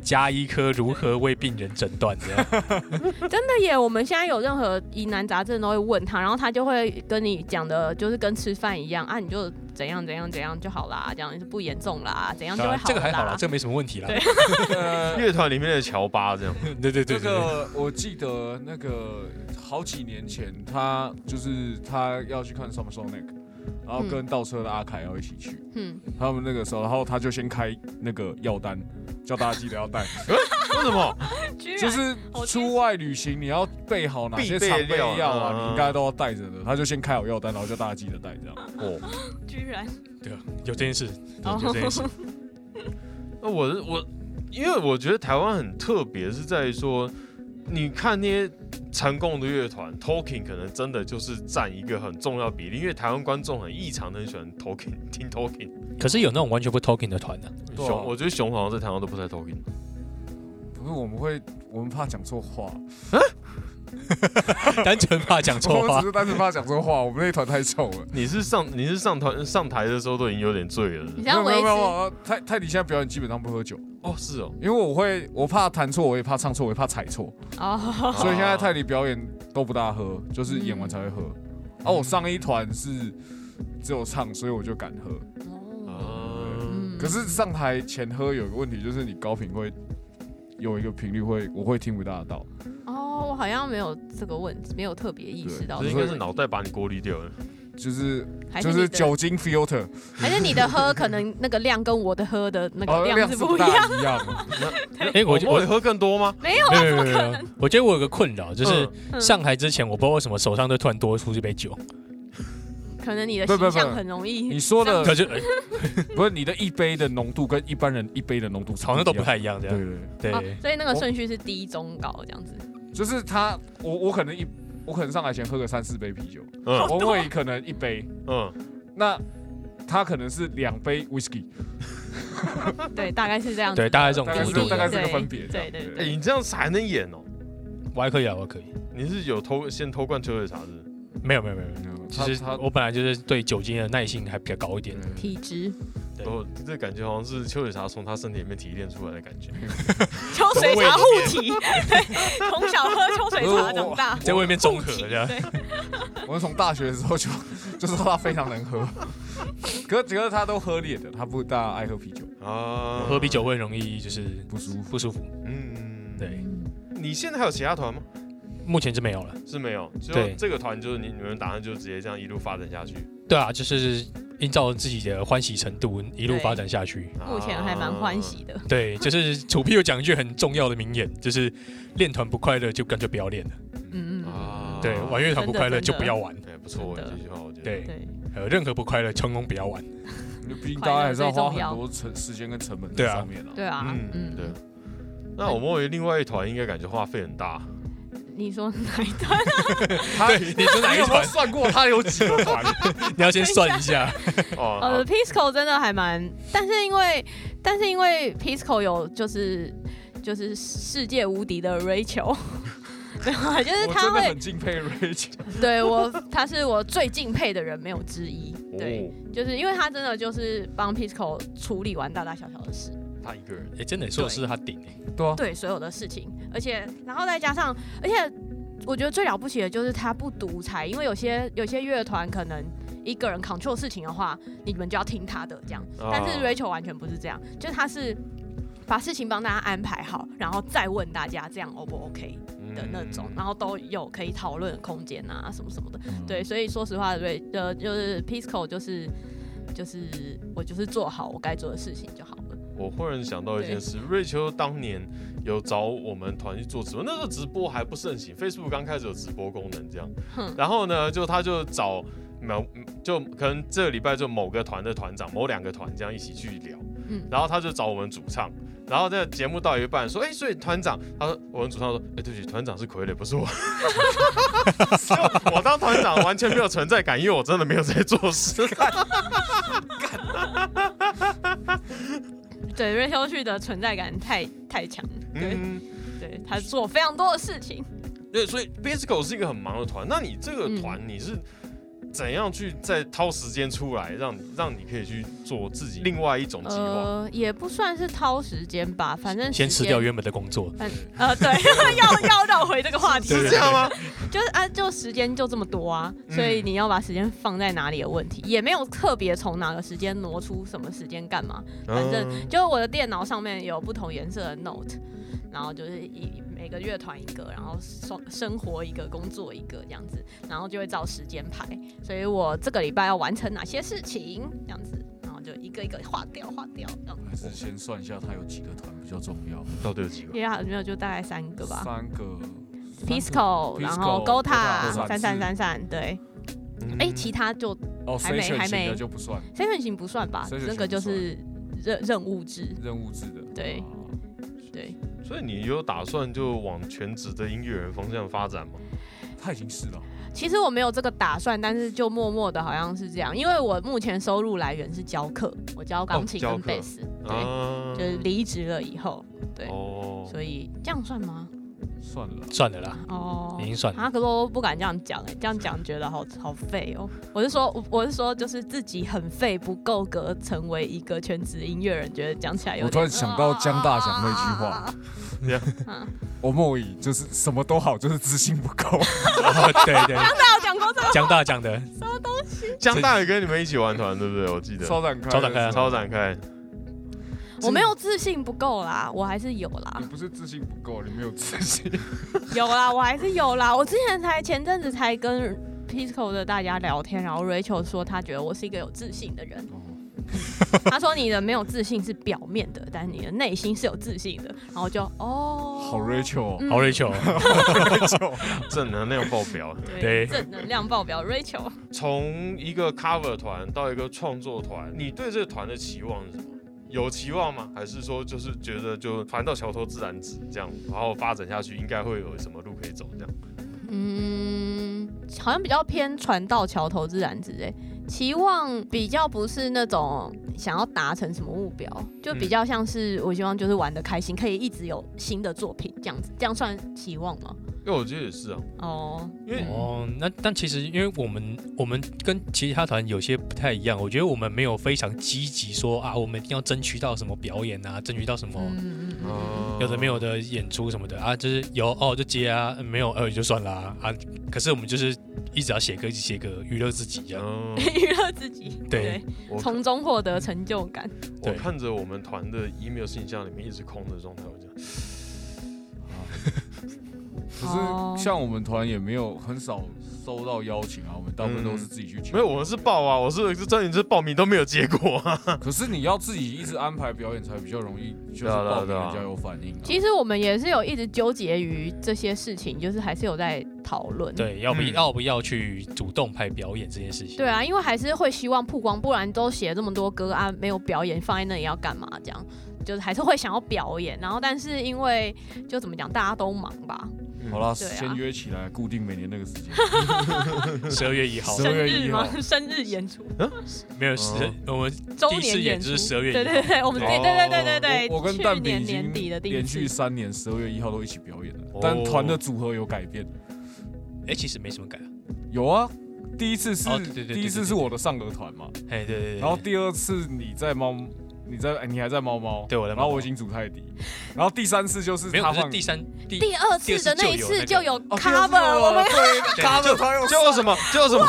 Speaker 3: 加医科如何为病人诊断这 [LAUGHS] 样。
Speaker 4: 真的耶，我们现在有任何疑难杂症都会问他，然后他就会跟你讲的，就是跟吃饭一样啊，你就怎样怎样怎样就好啦，这样就不严重啦，怎样就会好啦。
Speaker 3: 这个还好啦，这个没什么问题啦。
Speaker 4: 对
Speaker 5: 呃
Speaker 2: 乐团里面的乔巴这样，
Speaker 3: 对对对对
Speaker 5: [LAUGHS] 这
Speaker 3: 对，
Speaker 5: 个我记得那个好几年前，他就是他要去看 Samsonic，然后跟倒车的阿凯要一起去，
Speaker 4: 嗯，
Speaker 5: 他们那个时候，然后他就先开那个药单，叫大家记得
Speaker 4: [LAUGHS]
Speaker 5: 要带，
Speaker 2: 为什么？
Speaker 4: 居然
Speaker 5: 就是出外旅行你要备好哪些常备
Speaker 2: 必备
Speaker 5: 药
Speaker 2: 料
Speaker 5: 啊，
Speaker 2: 啊
Speaker 5: 你应该都要带着的。他就先开好药单，然后叫大家记得带这样。
Speaker 2: 哦，
Speaker 4: 居然
Speaker 3: 对啊，有这件事，对
Speaker 4: 哦
Speaker 3: 有这件事，
Speaker 2: 那我是我，因为我觉得台湾很特别，是在于说，你看那些成功的乐团，talking 可能真的就是占一个很重要比例，因为台湾观众很异常的很喜欢 talking，听 talking。
Speaker 3: [LAUGHS] 可是有那种完全不 talking 的团呢，
Speaker 5: 对啊
Speaker 2: 熊，我觉得熊好像在台湾都不太 talking。
Speaker 5: 不是我们会，我们怕讲错话，
Speaker 3: 单纯怕讲
Speaker 5: 我
Speaker 3: 错
Speaker 5: 们
Speaker 3: 话
Speaker 5: 只。是单纯怕讲错话。我们那一团太臭了。
Speaker 2: 你是上你是上台上台的时候都已经有点醉了是
Speaker 4: 你
Speaker 2: 不是
Speaker 4: 这样
Speaker 5: 没
Speaker 4: 维
Speaker 5: 有没有没
Speaker 4: 持，
Speaker 5: 有，泰泰迪现在表演基本上不喝酒，
Speaker 2: 哦，是哦，
Speaker 5: 因为我会我怕弹错，我也怕唱错，我也怕踩错，
Speaker 2: 啊
Speaker 4: 哦，嗯
Speaker 5: 所以现在泰迪表演都不大喝，就是演完才会喝。啊，我上一团是只有唱，所以我就敢喝。
Speaker 4: 哦
Speaker 2: 啊，
Speaker 5: 可是上台前喝有个问题，就是你高频会有一个频率会，我会听不大到。
Speaker 4: 哦，我好像没有这个问题，没有特别意识到
Speaker 2: 这
Speaker 4: 这
Speaker 2: 应
Speaker 4: 个
Speaker 2: 该
Speaker 4: 问题，
Speaker 2: 是脑袋把你过滤掉了。
Speaker 5: 就是
Speaker 4: 还是
Speaker 5: 就
Speaker 4: 你的，
Speaker 5: 是酒精 filter，
Speaker 4: 还是你的喝可能那个量跟我的喝的那
Speaker 5: 哦
Speaker 4: 个量是
Speaker 5: 是
Speaker 4: 不一
Speaker 5: 大
Speaker 4: 样，[LAUGHS]
Speaker 5: 一样。
Speaker 3: 哎，我
Speaker 2: 我
Speaker 3: 我
Speaker 2: 会喝更多吗？
Speaker 4: 没有
Speaker 3: 没
Speaker 4: 啊，
Speaker 3: 有
Speaker 4: 怎么
Speaker 3: 没有没
Speaker 4: 可
Speaker 3: 有，我觉得我有个困扰，就是
Speaker 4: 能？
Speaker 3: 上台之前，我不知道为什么手上就突然多出一杯酒，
Speaker 4: 可能你的
Speaker 5: 不不
Speaker 4: 形
Speaker 5: 不
Speaker 4: 象很容易。
Speaker 5: 你说
Speaker 3: 嗯
Speaker 5: 的
Speaker 2: 可就哎
Speaker 5: 不是你的一杯的浓度跟一般人一杯的浓度
Speaker 3: 好像都不
Speaker 5: 一样
Speaker 3: 太一样这
Speaker 5: 对
Speaker 3: 样。
Speaker 5: 对
Speaker 3: 对，
Speaker 4: 哦，所以那个顺序是低中高这样子。
Speaker 5: 对，就是他我我可能一我可能上来前喝个三四杯啤酒，
Speaker 2: 嗯
Speaker 5: 我会可能一杯，
Speaker 2: 嗯，
Speaker 5: 那他可能是两杯 whisky，
Speaker 4: 对，大概是这样子。
Speaker 3: 对，大概这
Speaker 5: 大
Speaker 3: 种
Speaker 5: 概
Speaker 3: 幅
Speaker 5: 是
Speaker 3: 度
Speaker 5: 大概
Speaker 3: 的。
Speaker 5: 是这个分别这
Speaker 4: 对
Speaker 5: 样。
Speaker 4: 对
Speaker 2: 哎，你这样才能演哦。
Speaker 3: 我还可以啊，我还可以。
Speaker 2: 你是有偷先偷灌秋水茶是不是？
Speaker 3: 没有没有没有，没有
Speaker 5: 没有
Speaker 3: 其实
Speaker 5: 他他
Speaker 3: 我本来就是对酒精的耐性还比较高一点。
Speaker 5: 对
Speaker 4: 体质，
Speaker 3: 对
Speaker 2: 哦，这感觉好像是秋水茶从他身体里面提炼出来的感觉。
Speaker 4: 秋水茶护体，对，从小喝秋水茶长大，
Speaker 3: [LAUGHS] 在外面中和
Speaker 4: 护体
Speaker 3: 这样
Speaker 4: 对，
Speaker 5: 我是从大学的时候就 [LAUGHS] 就知道他非常能喝， [LAUGHS] 可可是他都喝烈的，他不大爱喝啤酒，
Speaker 2: 啊
Speaker 3: 嗯我喝啤酒，会容易就是
Speaker 5: 不舒服。
Speaker 3: 不舒服。
Speaker 2: 嗯，
Speaker 3: 对，
Speaker 2: 你现在还有其他团吗？
Speaker 3: 目前是没有了。
Speaker 2: 是没有，就
Speaker 3: 对
Speaker 2: 这个团就是你你们打算就直接这样一路发展下去，
Speaker 3: 对啊，就是依照自己的欢喜程度一路发展下去。
Speaker 4: 目前还蛮欢喜的。
Speaker 3: 对，就是楚皮有讲一句很重要的名言，就是练团不快乐就干脆不要练了。
Speaker 4: 嗯嗯
Speaker 2: 啊
Speaker 4: 嗯，
Speaker 2: 啊
Speaker 3: 对，玩乐团不快乐就
Speaker 4: 真的真的
Speaker 3: 不要玩。
Speaker 2: 哎不错哎，
Speaker 4: 真的
Speaker 2: 这句话我觉得
Speaker 3: 对，
Speaker 4: 对，
Speaker 3: 还有任何不快乐，成功不
Speaker 4: [LAUGHS]
Speaker 3: 要玩。
Speaker 4: 嗯
Speaker 5: 因为毕竟大家还是要花很多成时间跟成本在
Speaker 3: 对啊
Speaker 5: 上面啊。
Speaker 4: 对啊，
Speaker 2: 嗯
Speaker 4: 嗯，
Speaker 2: 对。那我们为另外一团应该感觉花费很大，
Speaker 4: 你说哪一段？
Speaker 5: 他
Speaker 3: 对，你是哪
Speaker 5: 你
Speaker 3: 一
Speaker 5: 有没有
Speaker 3: 团？
Speaker 5: 算过他有几个团？
Speaker 3: [LAUGHS] 你要先算一
Speaker 4: [LAUGHS]
Speaker 3: 下。
Speaker 2: 哦
Speaker 4: 呃，，Pisco 真的还蛮，但是因为但是因为 Pisco 有就是就是世界无敌的 Rachel，没 [LAUGHS] 有啊，就是
Speaker 5: 我
Speaker 4: 他
Speaker 5: 真的
Speaker 4: 会
Speaker 5: 很敬佩 Rachel。
Speaker 4: 对我，他是我最敬佩的人，没有之一。对，
Speaker 2: 哦，
Speaker 4: 就是因为他真的就是帮 Pisco 处理完大大小小的事，
Speaker 2: 他一个人，
Speaker 3: 哎，真的说的是他顶哎。
Speaker 5: 对啊，
Speaker 4: 对所有的事情，而且然后再加上，而且我觉得最了不起的就是他不独裁，因为有些有些乐团可能一个人 control 事情的话，你们就要听他的这样，但是 Rachel 完全不是这样，就是他是。把事情帮大家安排好，然后再问大家这样 O 不 OK 的那
Speaker 2: 嗯
Speaker 4: 种，然后都有可以讨论的空间啊，什么什么的。对，所以说实话，瑞呃就是 Pisco 就是就是我就是做好我该做的事情就好了。
Speaker 2: 我忽然想到一件事，瑞秋当年有找我们团去做直播，那时候直播还不盛行，Facebook 刚开始有直播功能这样
Speaker 4: 哼。
Speaker 2: 然后呢，就他就找某就可能这个礼拜就某个团的团长、某两个团这样一起去聊，
Speaker 4: 嗯
Speaker 2: 然后他就找我们主唱。然后在节目到一半说，哎、所以团长，他说我们主唱说，哎、对不起，团长是傀儡，不是我。 [LAUGHS] 就我当团长完全没有存在感，因为我真的没有在
Speaker 4: [LAUGHS]
Speaker 2: 做事。
Speaker 4: 对，瑞秋旭的存在感太太强了，对、
Speaker 2: 嗯，
Speaker 4: 对，他做非常多的事情。
Speaker 2: 对，所以 Bisco 是一个很忙的团。那你这
Speaker 4: 嗯
Speaker 2: 个团你是怎样去再掏时间出来，让让你可以去做自己另外一种计划？
Speaker 4: 呃，也不算是掏时间吧，反正
Speaker 3: 先
Speaker 4: 时
Speaker 3: 辞
Speaker 4: 间
Speaker 3: 掉原本的工作。
Speaker 4: 反呃，对， [LAUGHS] 要要绕回这个话题，
Speaker 2: 是这样吗？
Speaker 4: 就是啊，就时间就这么多啊，
Speaker 2: 嗯
Speaker 4: 所以你要把时间放在哪里的问题，也没有特别从哪个时间挪出什么时间干嘛，反
Speaker 2: 嗯
Speaker 4: 正就我的电脑上面有不同颜色的 note，然后就是一每个乐团一个，然后生生活一个，工作一个这样子，然后就会照时间排，所以我这个礼拜要完成哪些事情这样子，然后就一个一个划掉划掉，这样
Speaker 5: 还是先算一下他有几个团比较重要。
Speaker 2: 到底有几个？
Speaker 4: 也好没有就大概三个吧
Speaker 5: 三个。
Speaker 4: ，Pisco，然后 Gota 三三
Speaker 5: 三。
Speaker 4: 三三，对，
Speaker 2: 嗯
Speaker 4: 哎，其他就
Speaker 5: 哦，
Speaker 4: 还没
Speaker 5: 随选
Speaker 4: 还
Speaker 5: 型
Speaker 4: 没
Speaker 5: 的就不算，
Speaker 4: 三人行不算吧，
Speaker 5: 三人
Speaker 4: 那
Speaker 5: 行
Speaker 4: 个就是任任务制，
Speaker 5: 任务制的。
Speaker 4: 对
Speaker 5: 啊
Speaker 4: 对，
Speaker 2: 所以你有打算就往全职的音乐人方向发展吗？
Speaker 5: 他已经是了。
Speaker 4: 其实我没有这个打算，但是就默默的好像是这样，因为我目前收入来源是教课，我教钢琴
Speaker 2: 哦教
Speaker 4: 跟
Speaker 2: 课
Speaker 4: 贝斯、
Speaker 2: 啊
Speaker 4: 对，就是离职了以后，对
Speaker 2: 哦，
Speaker 4: 所以这样算吗？
Speaker 5: 算了，
Speaker 3: 算了啦，
Speaker 4: 哦
Speaker 3: 已。经
Speaker 4: [LAUGHS]
Speaker 3: 算了。
Speaker 4: 啊，可是我不敢这样讲哎、这样讲觉得好好废哦、我是说，我我是说，就是自己很废，不够格成为一个全职音乐人，觉得讲起来有点。
Speaker 5: 我突然想到江大侠那句话
Speaker 4: 啊
Speaker 5: 我莫以就是什么都好，就是自信不够。
Speaker 3: 哦 [LAUGHS] 对对，
Speaker 4: 他有讲过这个，
Speaker 3: 江大讲的，
Speaker 2: 江大也跟你们一起玩团，对不对？我记
Speaker 5: [LAUGHS]
Speaker 2: 得
Speaker 5: 超展开，
Speaker 3: 超展开啊
Speaker 2: 超展开，
Speaker 4: 我没有自信不够啦，我还是有啦
Speaker 5: 你，不是自信不够，你没有自信。
Speaker 4: [LAUGHS] 有啦，我还是有啦。我之前才前阵子 [LAUGHS] 才跟 Pisco 的大家聊天，然后 Rachel 说她觉得我是一个有自信的人，他说你的没有自信是表面的，但是你的内心是有自信的。然后我就哦，
Speaker 5: 好 Rachel，哦
Speaker 4: 嗯
Speaker 3: 好 Rachel，
Speaker 2: 正能量爆表。
Speaker 3: 对
Speaker 4: 正能量爆表，Rachel。
Speaker 2: 从一个 cover 团到一个创作团，你对这个团的期望是什么？有期望吗？还是说就是觉得就船到桥头自然直这样，然后发展下去应该会有什么路可以走这样？
Speaker 4: 嗯，好像比较偏船到桥头自然直哎、期望比较不是那种想要达成什么目标，就比较像是我希望就是玩的开心，可以一直有新的作品这样子，这样算期望吗？
Speaker 2: 因为我觉得也是 [LAUGHS] 啊，
Speaker 4: 哦，
Speaker 2: 因为
Speaker 3: 哦，那但其实因为我们我们跟其他团有些不太一样，我觉得我们没有非常积极说啊，我们一定要争取到什么表演啊，争取到什么。
Speaker 4: 嗯嗯嗯，
Speaker 2: 呃
Speaker 3: 有的没有的演出什么的啊，就是有哦就接啊，没有呃也就算啦啊可是我们就是一直要写歌，一直写歌娱乐自己这样。
Speaker 2: 嗯，
Speaker 4: 娱乐自己，
Speaker 3: 对，
Speaker 2: 我
Speaker 4: 从中获得成就感。
Speaker 2: 我
Speaker 3: 对
Speaker 2: 看着我们团的 email 信箱里面一直空的状态，我就
Speaker 5: 可是像我们团也没有很少收到邀请啊，我们大部分都是自己去抢。
Speaker 2: 没有，我们是报啊，我是是真的是报名都没有结果 [LAUGHS] 啊。
Speaker 5: [LAUGHS] 可是你要自己一直安排表演才比较容易，就是
Speaker 2: 对啊对啊
Speaker 5: 报名
Speaker 2: 对啊
Speaker 5: 人家有反应
Speaker 4: [LAUGHS]
Speaker 5: 啊。
Speaker 4: 其实我们也是有一直纠结于这些事情，就是还是有在讨论。
Speaker 3: 对，要不、
Speaker 2: 嗯
Speaker 3: 要不要去主动拍表演这件事情？
Speaker 4: 对啊，因为还是会希望曝光，不然都写这么多歌啊，没有表演放在那里要干嘛？这样就是还是会想要表演，然后但是因为就怎么讲，大家都忙吧，
Speaker 5: 好啦，
Speaker 4: 对啊
Speaker 5: 先约起来，固定每年那个时间。
Speaker 3: 十二月一号
Speaker 5: 12
Speaker 4: 生
Speaker 5: 月
Speaker 4: 日
Speaker 5: 1
Speaker 4: 吗？
Speaker 5: 号
Speaker 4: [LAUGHS] 生日演出，
Speaker 3: 没有十、我们
Speaker 4: 周
Speaker 3: 第一次
Speaker 4: 年
Speaker 3: 演
Speaker 4: 演出
Speaker 3: 就是12月
Speaker 4: 对
Speaker 3: 1号
Speaker 4: 对对，我们自己
Speaker 2: 哦
Speaker 4: 对对对对对，
Speaker 5: 我我跟蛋
Speaker 4: 去
Speaker 5: 饼
Speaker 4: 年
Speaker 5: 已经
Speaker 4: 年底的定
Speaker 5: 连
Speaker 4: 制
Speaker 5: 续，三年十二月一号都一起表演了
Speaker 2: 哦，
Speaker 5: 但团的组合有改变。
Speaker 3: 哎、其实没什么改啊。
Speaker 5: 有啊，第一次是
Speaker 3: 哦对对对对
Speaker 5: 第一次是我的上格团嘛，
Speaker 3: 哎、对对对对
Speaker 5: 然后第二次你在猫，你在哎你还在猫猫，
Speaker 3: 对我在猫
Speaker 5: 然后我已经组泰迪，然后第三次就是
Speaker 3: 没有，
Speaker 5: 他
Speaker 3: 可是
Speaker 5: 换
Speaker 3: 第哦三第
Speaker 4: 第二次的那一哦次就有 cover，我们 [LAUGHS]
Speaker 5: 对 cover 团有
Speaker 2: 叫什么叫什么？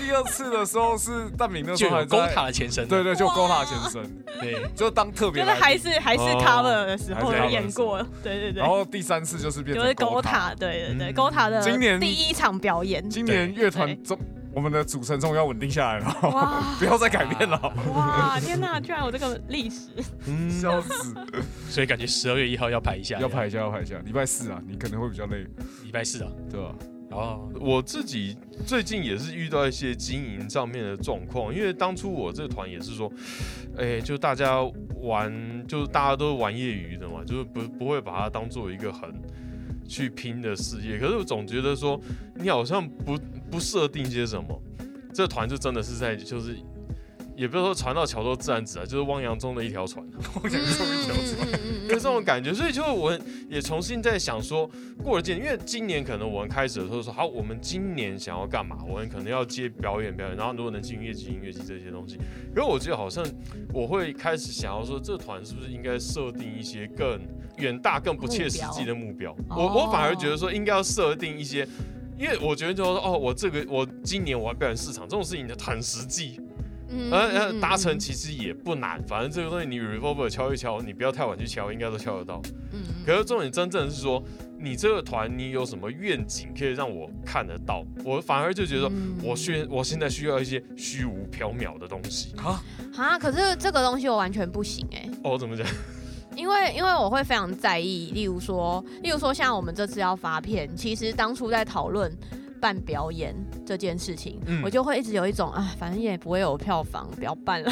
Speaker 5: 第二次的时候是蛋饼那时
Speaker 3: 就
Speaker 5: 候还
Speaker 3: 有
Speaker 5: 在
Speaker 3: 勾塔的前身了。啊
Speaker 5: 对对，就勾塔先生，
Speaker 3: 对，
Speaker 5: 就当特别
Speaker 4: 就是
Speaker 5: 来宾
Speaker 4: 还是还是
Speaker 2: 哦
Speaker 4: cover 的时候
Speaker 5: 还是
Speaker 4: 有
Speaker 5: cover
Speaker 4: 演
Speaker 5: 的时候
Speaker 4: 过，对对对
Speaker 5: 然，后第三次就是变
Speaker 4: 就
Speaker 5: 成
Speaker 4: 是狗
Speaker 5: 塔
Speaker 4: 塔，。对对对，
Speaker 2: 嗯
Speaker 4: 狗塔的
Speaker 5: 今年
Speaker 4: 第一场表演，
Speaker 5: 今年乐团中我们的组成终于要稳定下来 [LAUGHS] 了，
Speaker 4: 哇
Speaker 5: 不要再改变了，
Speaker 4: 哇，天哪，居然有这个历史。
Speaker 2: 嗯，
Speaker 5: 笑死！
Speaker 3: 所以感觉十二月一号要排一下，
Speaker 5: 要排一下，要排一下，礼拜四啊，你可能会比较累，
Speaker 3: 礼拜四啊。
Speaker 5: 对吧？
Speaker 3: 哦，
Speaker 2: 我自己最近也是遇到一些经营上面的状况，因为当初我这个团也是说，哎、就大家玩，就是大家都玩业余的嘛，就是不不会把它当做一个很去拼的事业。可是我总觉得说，你好像不不设定些什么，这团就真的是在就是。也不是说船到桥头自然直啊，就是汪洋中的一条船，嗯
Speaker 5: 我感觉终于调整。
Speaker 2: 有这种感觉。所以就我也重新在想说，过了今年，因为今年可能我们开始的时候说，好，我们今年想要干嘛？我们可能要接表演表演，然后如果能进乐季音乐季这些东西。可是我觉得好像我会开始想要说，这团是不是应该设定一些更远大、更不切实际的目标？
Speaker 4: 标
Speaker 2: 我我反而
Speaker 4: 哦
Speaker 2: 觉得说，应该要设定一些。因为我觉得就是说，哦，我这个我今年我要表演市场这种事情，很实际，
Speaker 4: 嗯
Speaker 2: 呃呃，达成其实也不难，反正这个东西你 revolver 敲一敲，你不要太晚去敲，应该都敲得到。
Speaker 4: 嗯
Speaker 2: 可是重点真正是说，你这个团你有什么愿景可以让我看得到？我反而就觉得
Speaker 4: 嗯
Speaker 2: 我需我现在需要一些虚无缥缈的东西。
Speaker 5: 啊，
Speaker 4: 啊，可是这个东西我完全不行哎、
Speaker 2: 哦，怎么讲？ [LAUGHS]
Speaker 4: 因为因为我会非常在意，例如说，例如说像我们这次要发片，其实当初在讨论。办表演这件事情，
Speaker 2: 嗯
Speaker 4: 我就会一直有一种啊，反正也不会有票房，不要办了。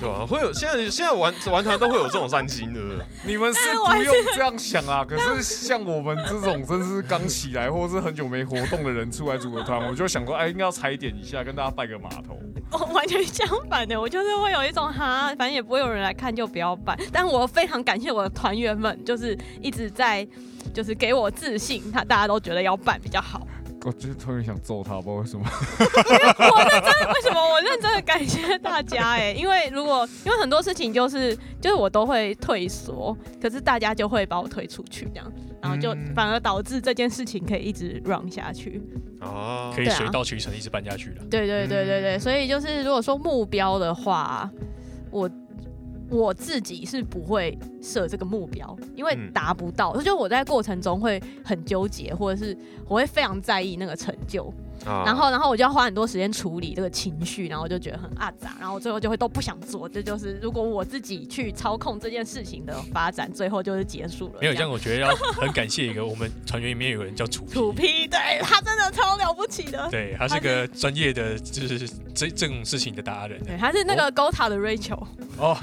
Speaker 2: 对吧、会有现在现在玩玩团都会有这种善心，对不对？
Speaker 5: 你们是不用这样想啊。可是像我们这种真是刚起来或是很久没活动的人出来组个团，我就想说，哎，应该要踩点一下，跟大家拜个码头。
Speaker 4: 我完全相反的，我就是会有一种哈，反正也不会有人来看，就不要办。但我非常感谢我的团员们，就是一直在，就是给我自信，他大家都觉得要办比较好。
Speaker 5: 我就是突然想揍他，不知道为什么。
Speaker 4: 我认真，为什么我认真的感谢大家哎、因为如果因为很多事情就是就是我都会退缩，可是大家就会把我推出去这样，然后就
Speaker 2: 嗯
Speaker 4: 反而导致这件事情可以一直 run 下去。
Speaker 2: 啊，
Speaker 3: 可以
Speaker 4: 对啊
Speaker 3: 水到渠成，一直办下去了。
Speaker 4: 对对对对
Speaker 2: 嗯
Speaker 4: 对，所以就是如果说目标的话，我我自己是不会设这个目标，因为
Speaker 2: 嗯
Speaker 4: 达不到，就我在过程中会很纠结，或者是我会非常在意那个成就。
Speaker 2: 啊
Speaker 4: 然后然后我就要花很多时间处理这个情绪，然后我就觉得很阿杂，然后我最后就会都不想做。这就是如果我自己去操控这件事情的发展，最后就是结束了。
Speaker 3: 没有
Speaker 4: 这
Speaker 3: 像
Speaker 4: 样
Speaker 3: 我觉得要很感谢一个我们船员里面有个人叫楚皮
Speaker 4: 土坯，对他真的超了不起的。
Speaker 3: 嗯对他是个专业的，就是这这种事情的达人。
Speaker 4: 对，他是那个 Gota 的 Rachel，、
Speaker 3: 哦，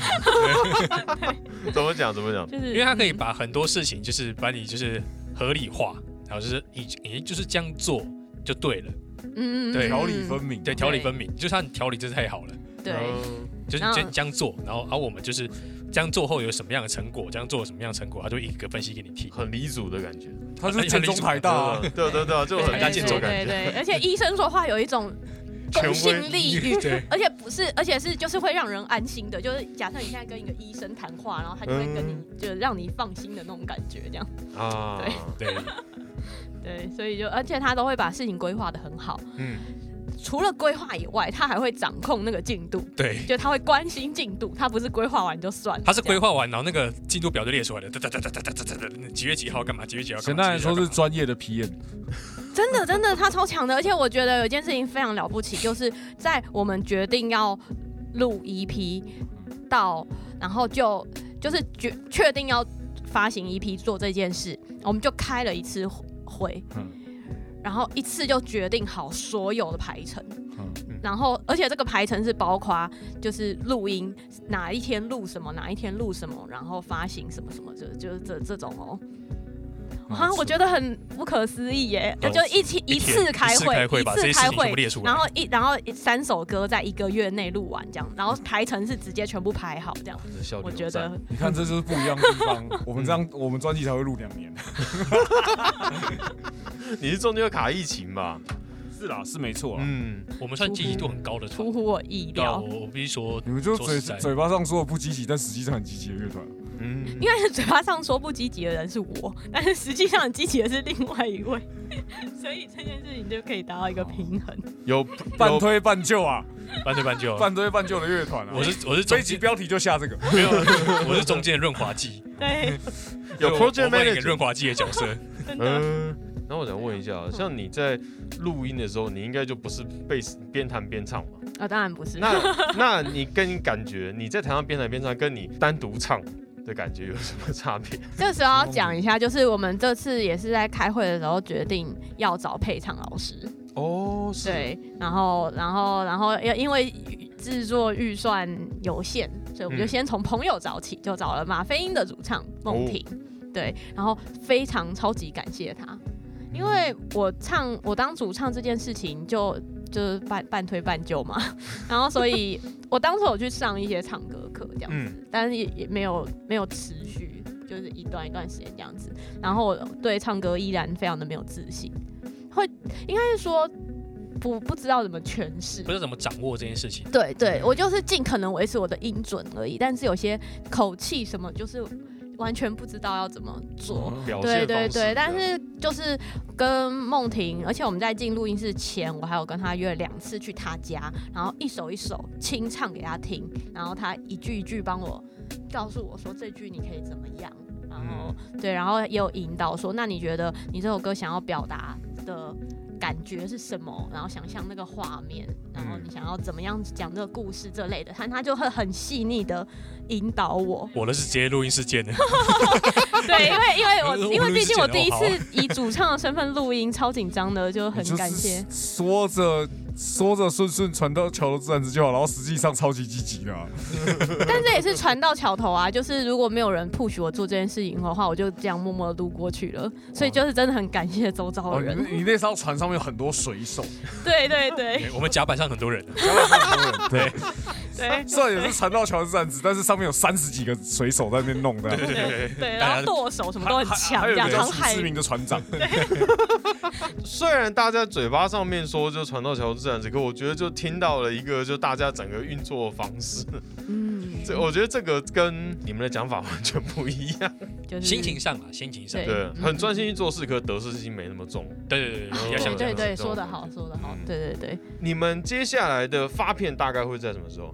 Speaker 2: 怎么讲怎么讲？
Speaker 4: 就是
Speaker 3: 因为他可以
Speaker 4: 嗯
Speaker 3: 把很多事情就是把你就是合理化，然后就是你你就是这样做就对了，
Speaker 4: 嗯嗯嗯
Speaker 3: 对
Speaker 5: 条理分明，
Speaker 3: 对，条理分明，就是他的条理真是太好了，
Speaker 4: 对，
Speaker 2: 嗯
Speaker 3: 就是
Speaker 4: 然后
Speaker 3: 这这样做，然后啊而我们就是这样做后有什么样的成果，这样做有什么样的成果，他就一个分析给你听。
Speaker 2: 很离组的感觉，
Speaker 5: 他是建中台大啊，
Speaker 2: 对对对对，就很
Speaker 3: 很大健走
Speaker 4: 对
Speaker 2: 感
Speaker 3: [LAUGHS]
Speaker 4: 对
Speaker 2: 觉，
Speaker 4: 对，而且医生说话有一
Speaker 5: [LAUGHS]
Speaker 4: 种公信力与
Speaker 3: 对，
Speaker 4: 而且不是，而且是就是会让人安心的，就是假设你现在跟一个医生谈话，然后他就会跟你、
Speaker 5: 嗯
Speaker 4: 就让你放心的那种感觉，这样
Speaker 2: 啊，
Speaker 3: 对， [LAUGHS]
Speaker 4: 对，所以就而且他都会把事情规划的很好，
Speaker 2: 嗯，
Speaker 4: 除了规划以外，他还会掌控那个进度，
Speaker 3: 对，
Speaker 4: 就他会关心进度，他不是规划完就算了，
Speaker 3: 他是规
Speaker 4: 划
Speaker 3: 划完，然后那个进度表就列出来了，哒哒哒哒哒哒哒哒，几月几号干嘛，几月几号干
Speaker 5: 简
Speaker 3: 嘛。
Speaker 5: 单来说是专业的 PM，
Speaker 4: 真的真的他超强的，而且我觉得有一件事情非常了不起，就是在我们决定要录 EP 到，然后就就是决确定要发行 EP 做这件事，我们就开了一次会，
Speaker 5: 嗯
Speaker 4: 然后一次就决定好所有的排程，
Speaker 5: 嗯
Speaker 4: 然后而且这个排程是包括就是录音哪一天录什么，哪一天录什么，然后发行什么什么，就就是这这种哦。啊，我觉得很不可思议耶！
Speaker 3: 哦
Speaker 4: 就一起
Speaker 3: 一
Speaker 4: 一
Speaker 3: 天
Speaker 4: 次开
Speaker 3: 一次开
Speaker 4: 会，
Speaker 3: 会把这些
Speaker 4: 一
Speaker 3: 事
Speaker 4: 次
Speaker 3: 情
Speaker 4: 开
Speaker 3: 全部列
Speaker 4: 会
Speaker 3: 出，来
Speaker 4: 然后一然后三首歌在一个月内录完这样，然后排程是直接全部排好这样。
Speaker 2: 这效率
Speaker 4: 我
Speaker 2: 有
Speaker 4: 觉
Speaker 2: 赞
Speaker 4: 得
Speaker 5: 你看这就是不一样的地方。 [LAUGHS] 嗯我们这样，我们专辑才会录两年。
Speaker 2: 你是中间有卡疫情吧？
Speaker 5: [LAUGHS] 是啦，是没错啊
Speaker 2: 嗯，
Speaker 3: 我们算积极度很高的团
Speaker 4: 出，乎我意
Speaker 3: 对啊，
Speaker 4: 料，
Speaker 3: 我我必须说，
Speaker 5: 你们就
Speaker 3: 说
Speaker 5: 嘴
Speaker 3: 实在
Speaker 5: 嘴巴上说的不积极，但实际上很积极的乐团。
Speaker 2: 嗯，
Speaker 4: 因为嘴巴上说不积极的人是我，但是实际上很积极的是另外一位， [LAUGHS] 所以这件事情就可以达到一个平
Speaker 2: [LAUGHS]
Speaker 4: 衡。
Speaker 2: 有
Speaker 5: 半
Speaker 2: 有
Speaker 5: 推半就啊，
Speaker 3: 半推半就。
Speaker 5: [LAUGHS] 半推半就的乐团啊。
Speaker 3: 我是我是
Speaker 5: 这
Speaker 3: 中
Speaker 5: 一集
Speaker 3: 间
Speaker 5: 标题就下这个，
Speaker 3: 没有， [LAUGHS] 我是中间的润滑
Speaker 5: [LAUGHS]
Speaker 3: 剂，
Speaker 4: 对，
Speaker 2: 有
Speaker 3: 就我
Speaker 2: project
Speaker 3: 我扮演一个
Speaker 2: manager，
Speaker 3: 润滑剂的角色。
Speaker 4: 真的。
Speaker 2: 嗯。然后我想问一下，像你在录音的时候，你应该就不是贝斯边弹边唱嘛？
Speaker 4: 啊、当然不是。 [LAUGHS]
Speaker 2: 那那你跟感觉你在台上边弹边唱，跟你单独唱的感觉有什么差别？
Speaker 4: 这时候要讲一下，就是我们这次也是在开会的时候决定要找配唱老师，
Speaker 2: 哦，是
Speaker 4: 对，然后然后然后要因为制作预算有限，所以我们就
Speaker 2: 嗯哦
Speaker 4: 先从朋友找起，就找了马飞鹰的主唱梦婷，对，然后非常超级感谢他，因为我唱我当主唱这件事情就就是半半推半就嘛， [LAUGHS] 然后所以我当时有去上一些唱歌课这样子，
Speaker 2: 嗯
Speaker 4: 但是也也没有没有持续，就是一段一段时间这样子。然后我对唱歌依然非常的没有自信，会应该是说不不知道怎么诠释
Speaker 3: 不。知道怎么掌握这件事情。
Speaker 4: 对对，我就是尽可能维持我的音准而已，但是有些口气什么就是完全不知道要怎么做。
Speaker 2: 表
Speaker 4: 对
Speaker 2: 现
Speaker 4: 对
Speaker 2: 方式
Speaker 4: 对，但是就是跟梦婷，而且我们在进录音室前，我还有跟她约两次去她家，然后一首一首清唱给她听，然后她一句一句帮我告诉我说这句你可以怎么样，然
Speaker 2: 嗯
Speaker 5: 哦
Speaker 4: 后、对，然后也有引导说，那你觉得你这首歌想要表达的感觉是什么？然后想象那个画面，然
Speaker 2: 嗯
Speaker 4: 后你想要怎么样讲这个故事这类的，她她就会很细腻的引导我，
Speaker 3: 我的是直接录音事件
Speaker 4: [LAUGHS]
Speaker 3: 的，
Speaker 4: 对，因为因为
Speaker 3: 我
Speaker 4: 我因为毕竟我第一
Speaker 3: 我录
Speaker 4: 次以主唱的身份录音，超紧张的，就很感
Speaker 5: [LAUGHS]
Speaker 4: 谢。。
Speaker 5: 嗯说着说着顺顺传到桥头自然直就好，然后实际上超级积极的啊。
Speaker 4: 但这也是船到桥头啊，就是如果没有人 push 我做这件事情的话，我就这样默默地路过去了。所以就是真的很感谢周遭
Speaker 5: 哦，
Speaker 4: 的人。
Speaker 5: 你你那艘船上面有很多水手，
Speaker 4: 对对对
Speaker 3: 我们甲板上很多人
Speaker 4: 嗯
Speaker 3: 啊，
Speaker 5: 对，
Speaker 4: 对
Speaker 5: 虽然也是传到桥头自然直，但是上面有三十几个水手在那边弄的 [LAUGHS] 啊。
Speaker 4: 对对，
Speaker 3: 大家
Speaker 4: 然后剁手什么都很强，
Speaker 5: 还有
Speaker 4: 这
Speaker 5: 一
Speaker 4: 样
Speaker 5: 个叫
Speaker 4: 航
Speaker 5: 许
Speaker 4: 海
Speaker 5: 知名的船长，
Speaker 2: 虽然大家嘴巴上面说就传到桥自然直，可我觉得就听到了一个就大家整个运作的方式，
Speaker 4: 嗯，
Speaker 2: [LAUGHS] 这我觉得这个跟你们的讲法完全不一
Speaker 4: [LAUGHS]
Speaker 2: 样。
Speaker 4: 就是
Speaker 3: 心情上啊，心情上
Speaker 4: 对，
Speaker 2: 对，
Speaker 4: 嗯
Speaker 2: 很专心去做事，可得失心没那么重。
Speaker 3: 对对对
Speaker 5: 哦
Speaker 3: 对，你要
Speaker 4: 对
Speaker 3: 想
Speaker 4: 对
Speaker 3: 想，
Speaker 4: 对，说得好，说得好，
Speaker 2: 嗯
Speaker 4: 对对对。
Speaker 2: 你们接下来的发片大概会在什么时候？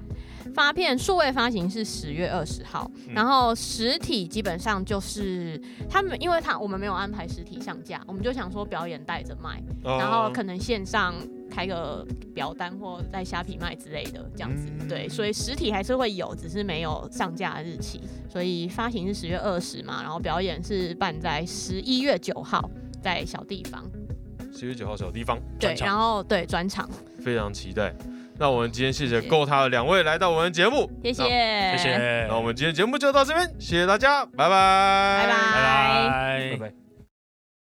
Speaker 4: 发片数位发行是十月二十号，然后实体基本上就是他们，因为他我们没有安排实体上架，我们就想说表演带着卖， [LAUGHS] 然
Speaker 2: 呃
Speaker 3: 哦
Speaker 4: 后可能线上开个表单或在虾皮卖之类的这样子，
Speaker 5: 嗯
Speaker 4: 对，所以实体还是会有，只是没有上架的日期，所以发行是十月二十嘛，然后表演是办在十一月九号在小地方，
Speaker 2: 十月九号小地方，
Speaker 3: 专，
Speaker 4: 对
Speaker 3: 场
Speaker 4: 然后对专场，
Speaker 2: 非常期待。那我们今天谢谢
Speaker 4: 谢谢
Speaker 2: 够他的两位来到我们节目，
Speaker 4: 谢谢，
Speaker 2: 那。
Speaker 3: 谢谢，
Speaker 2: 那我们今天节目就到这边，谢谢大家，拜
Speaker 4: 拜
Speaker 2: 拜，
Speaker 4: 拜
Speaker 3: 拜拜。
Speaker 2: 拜拜。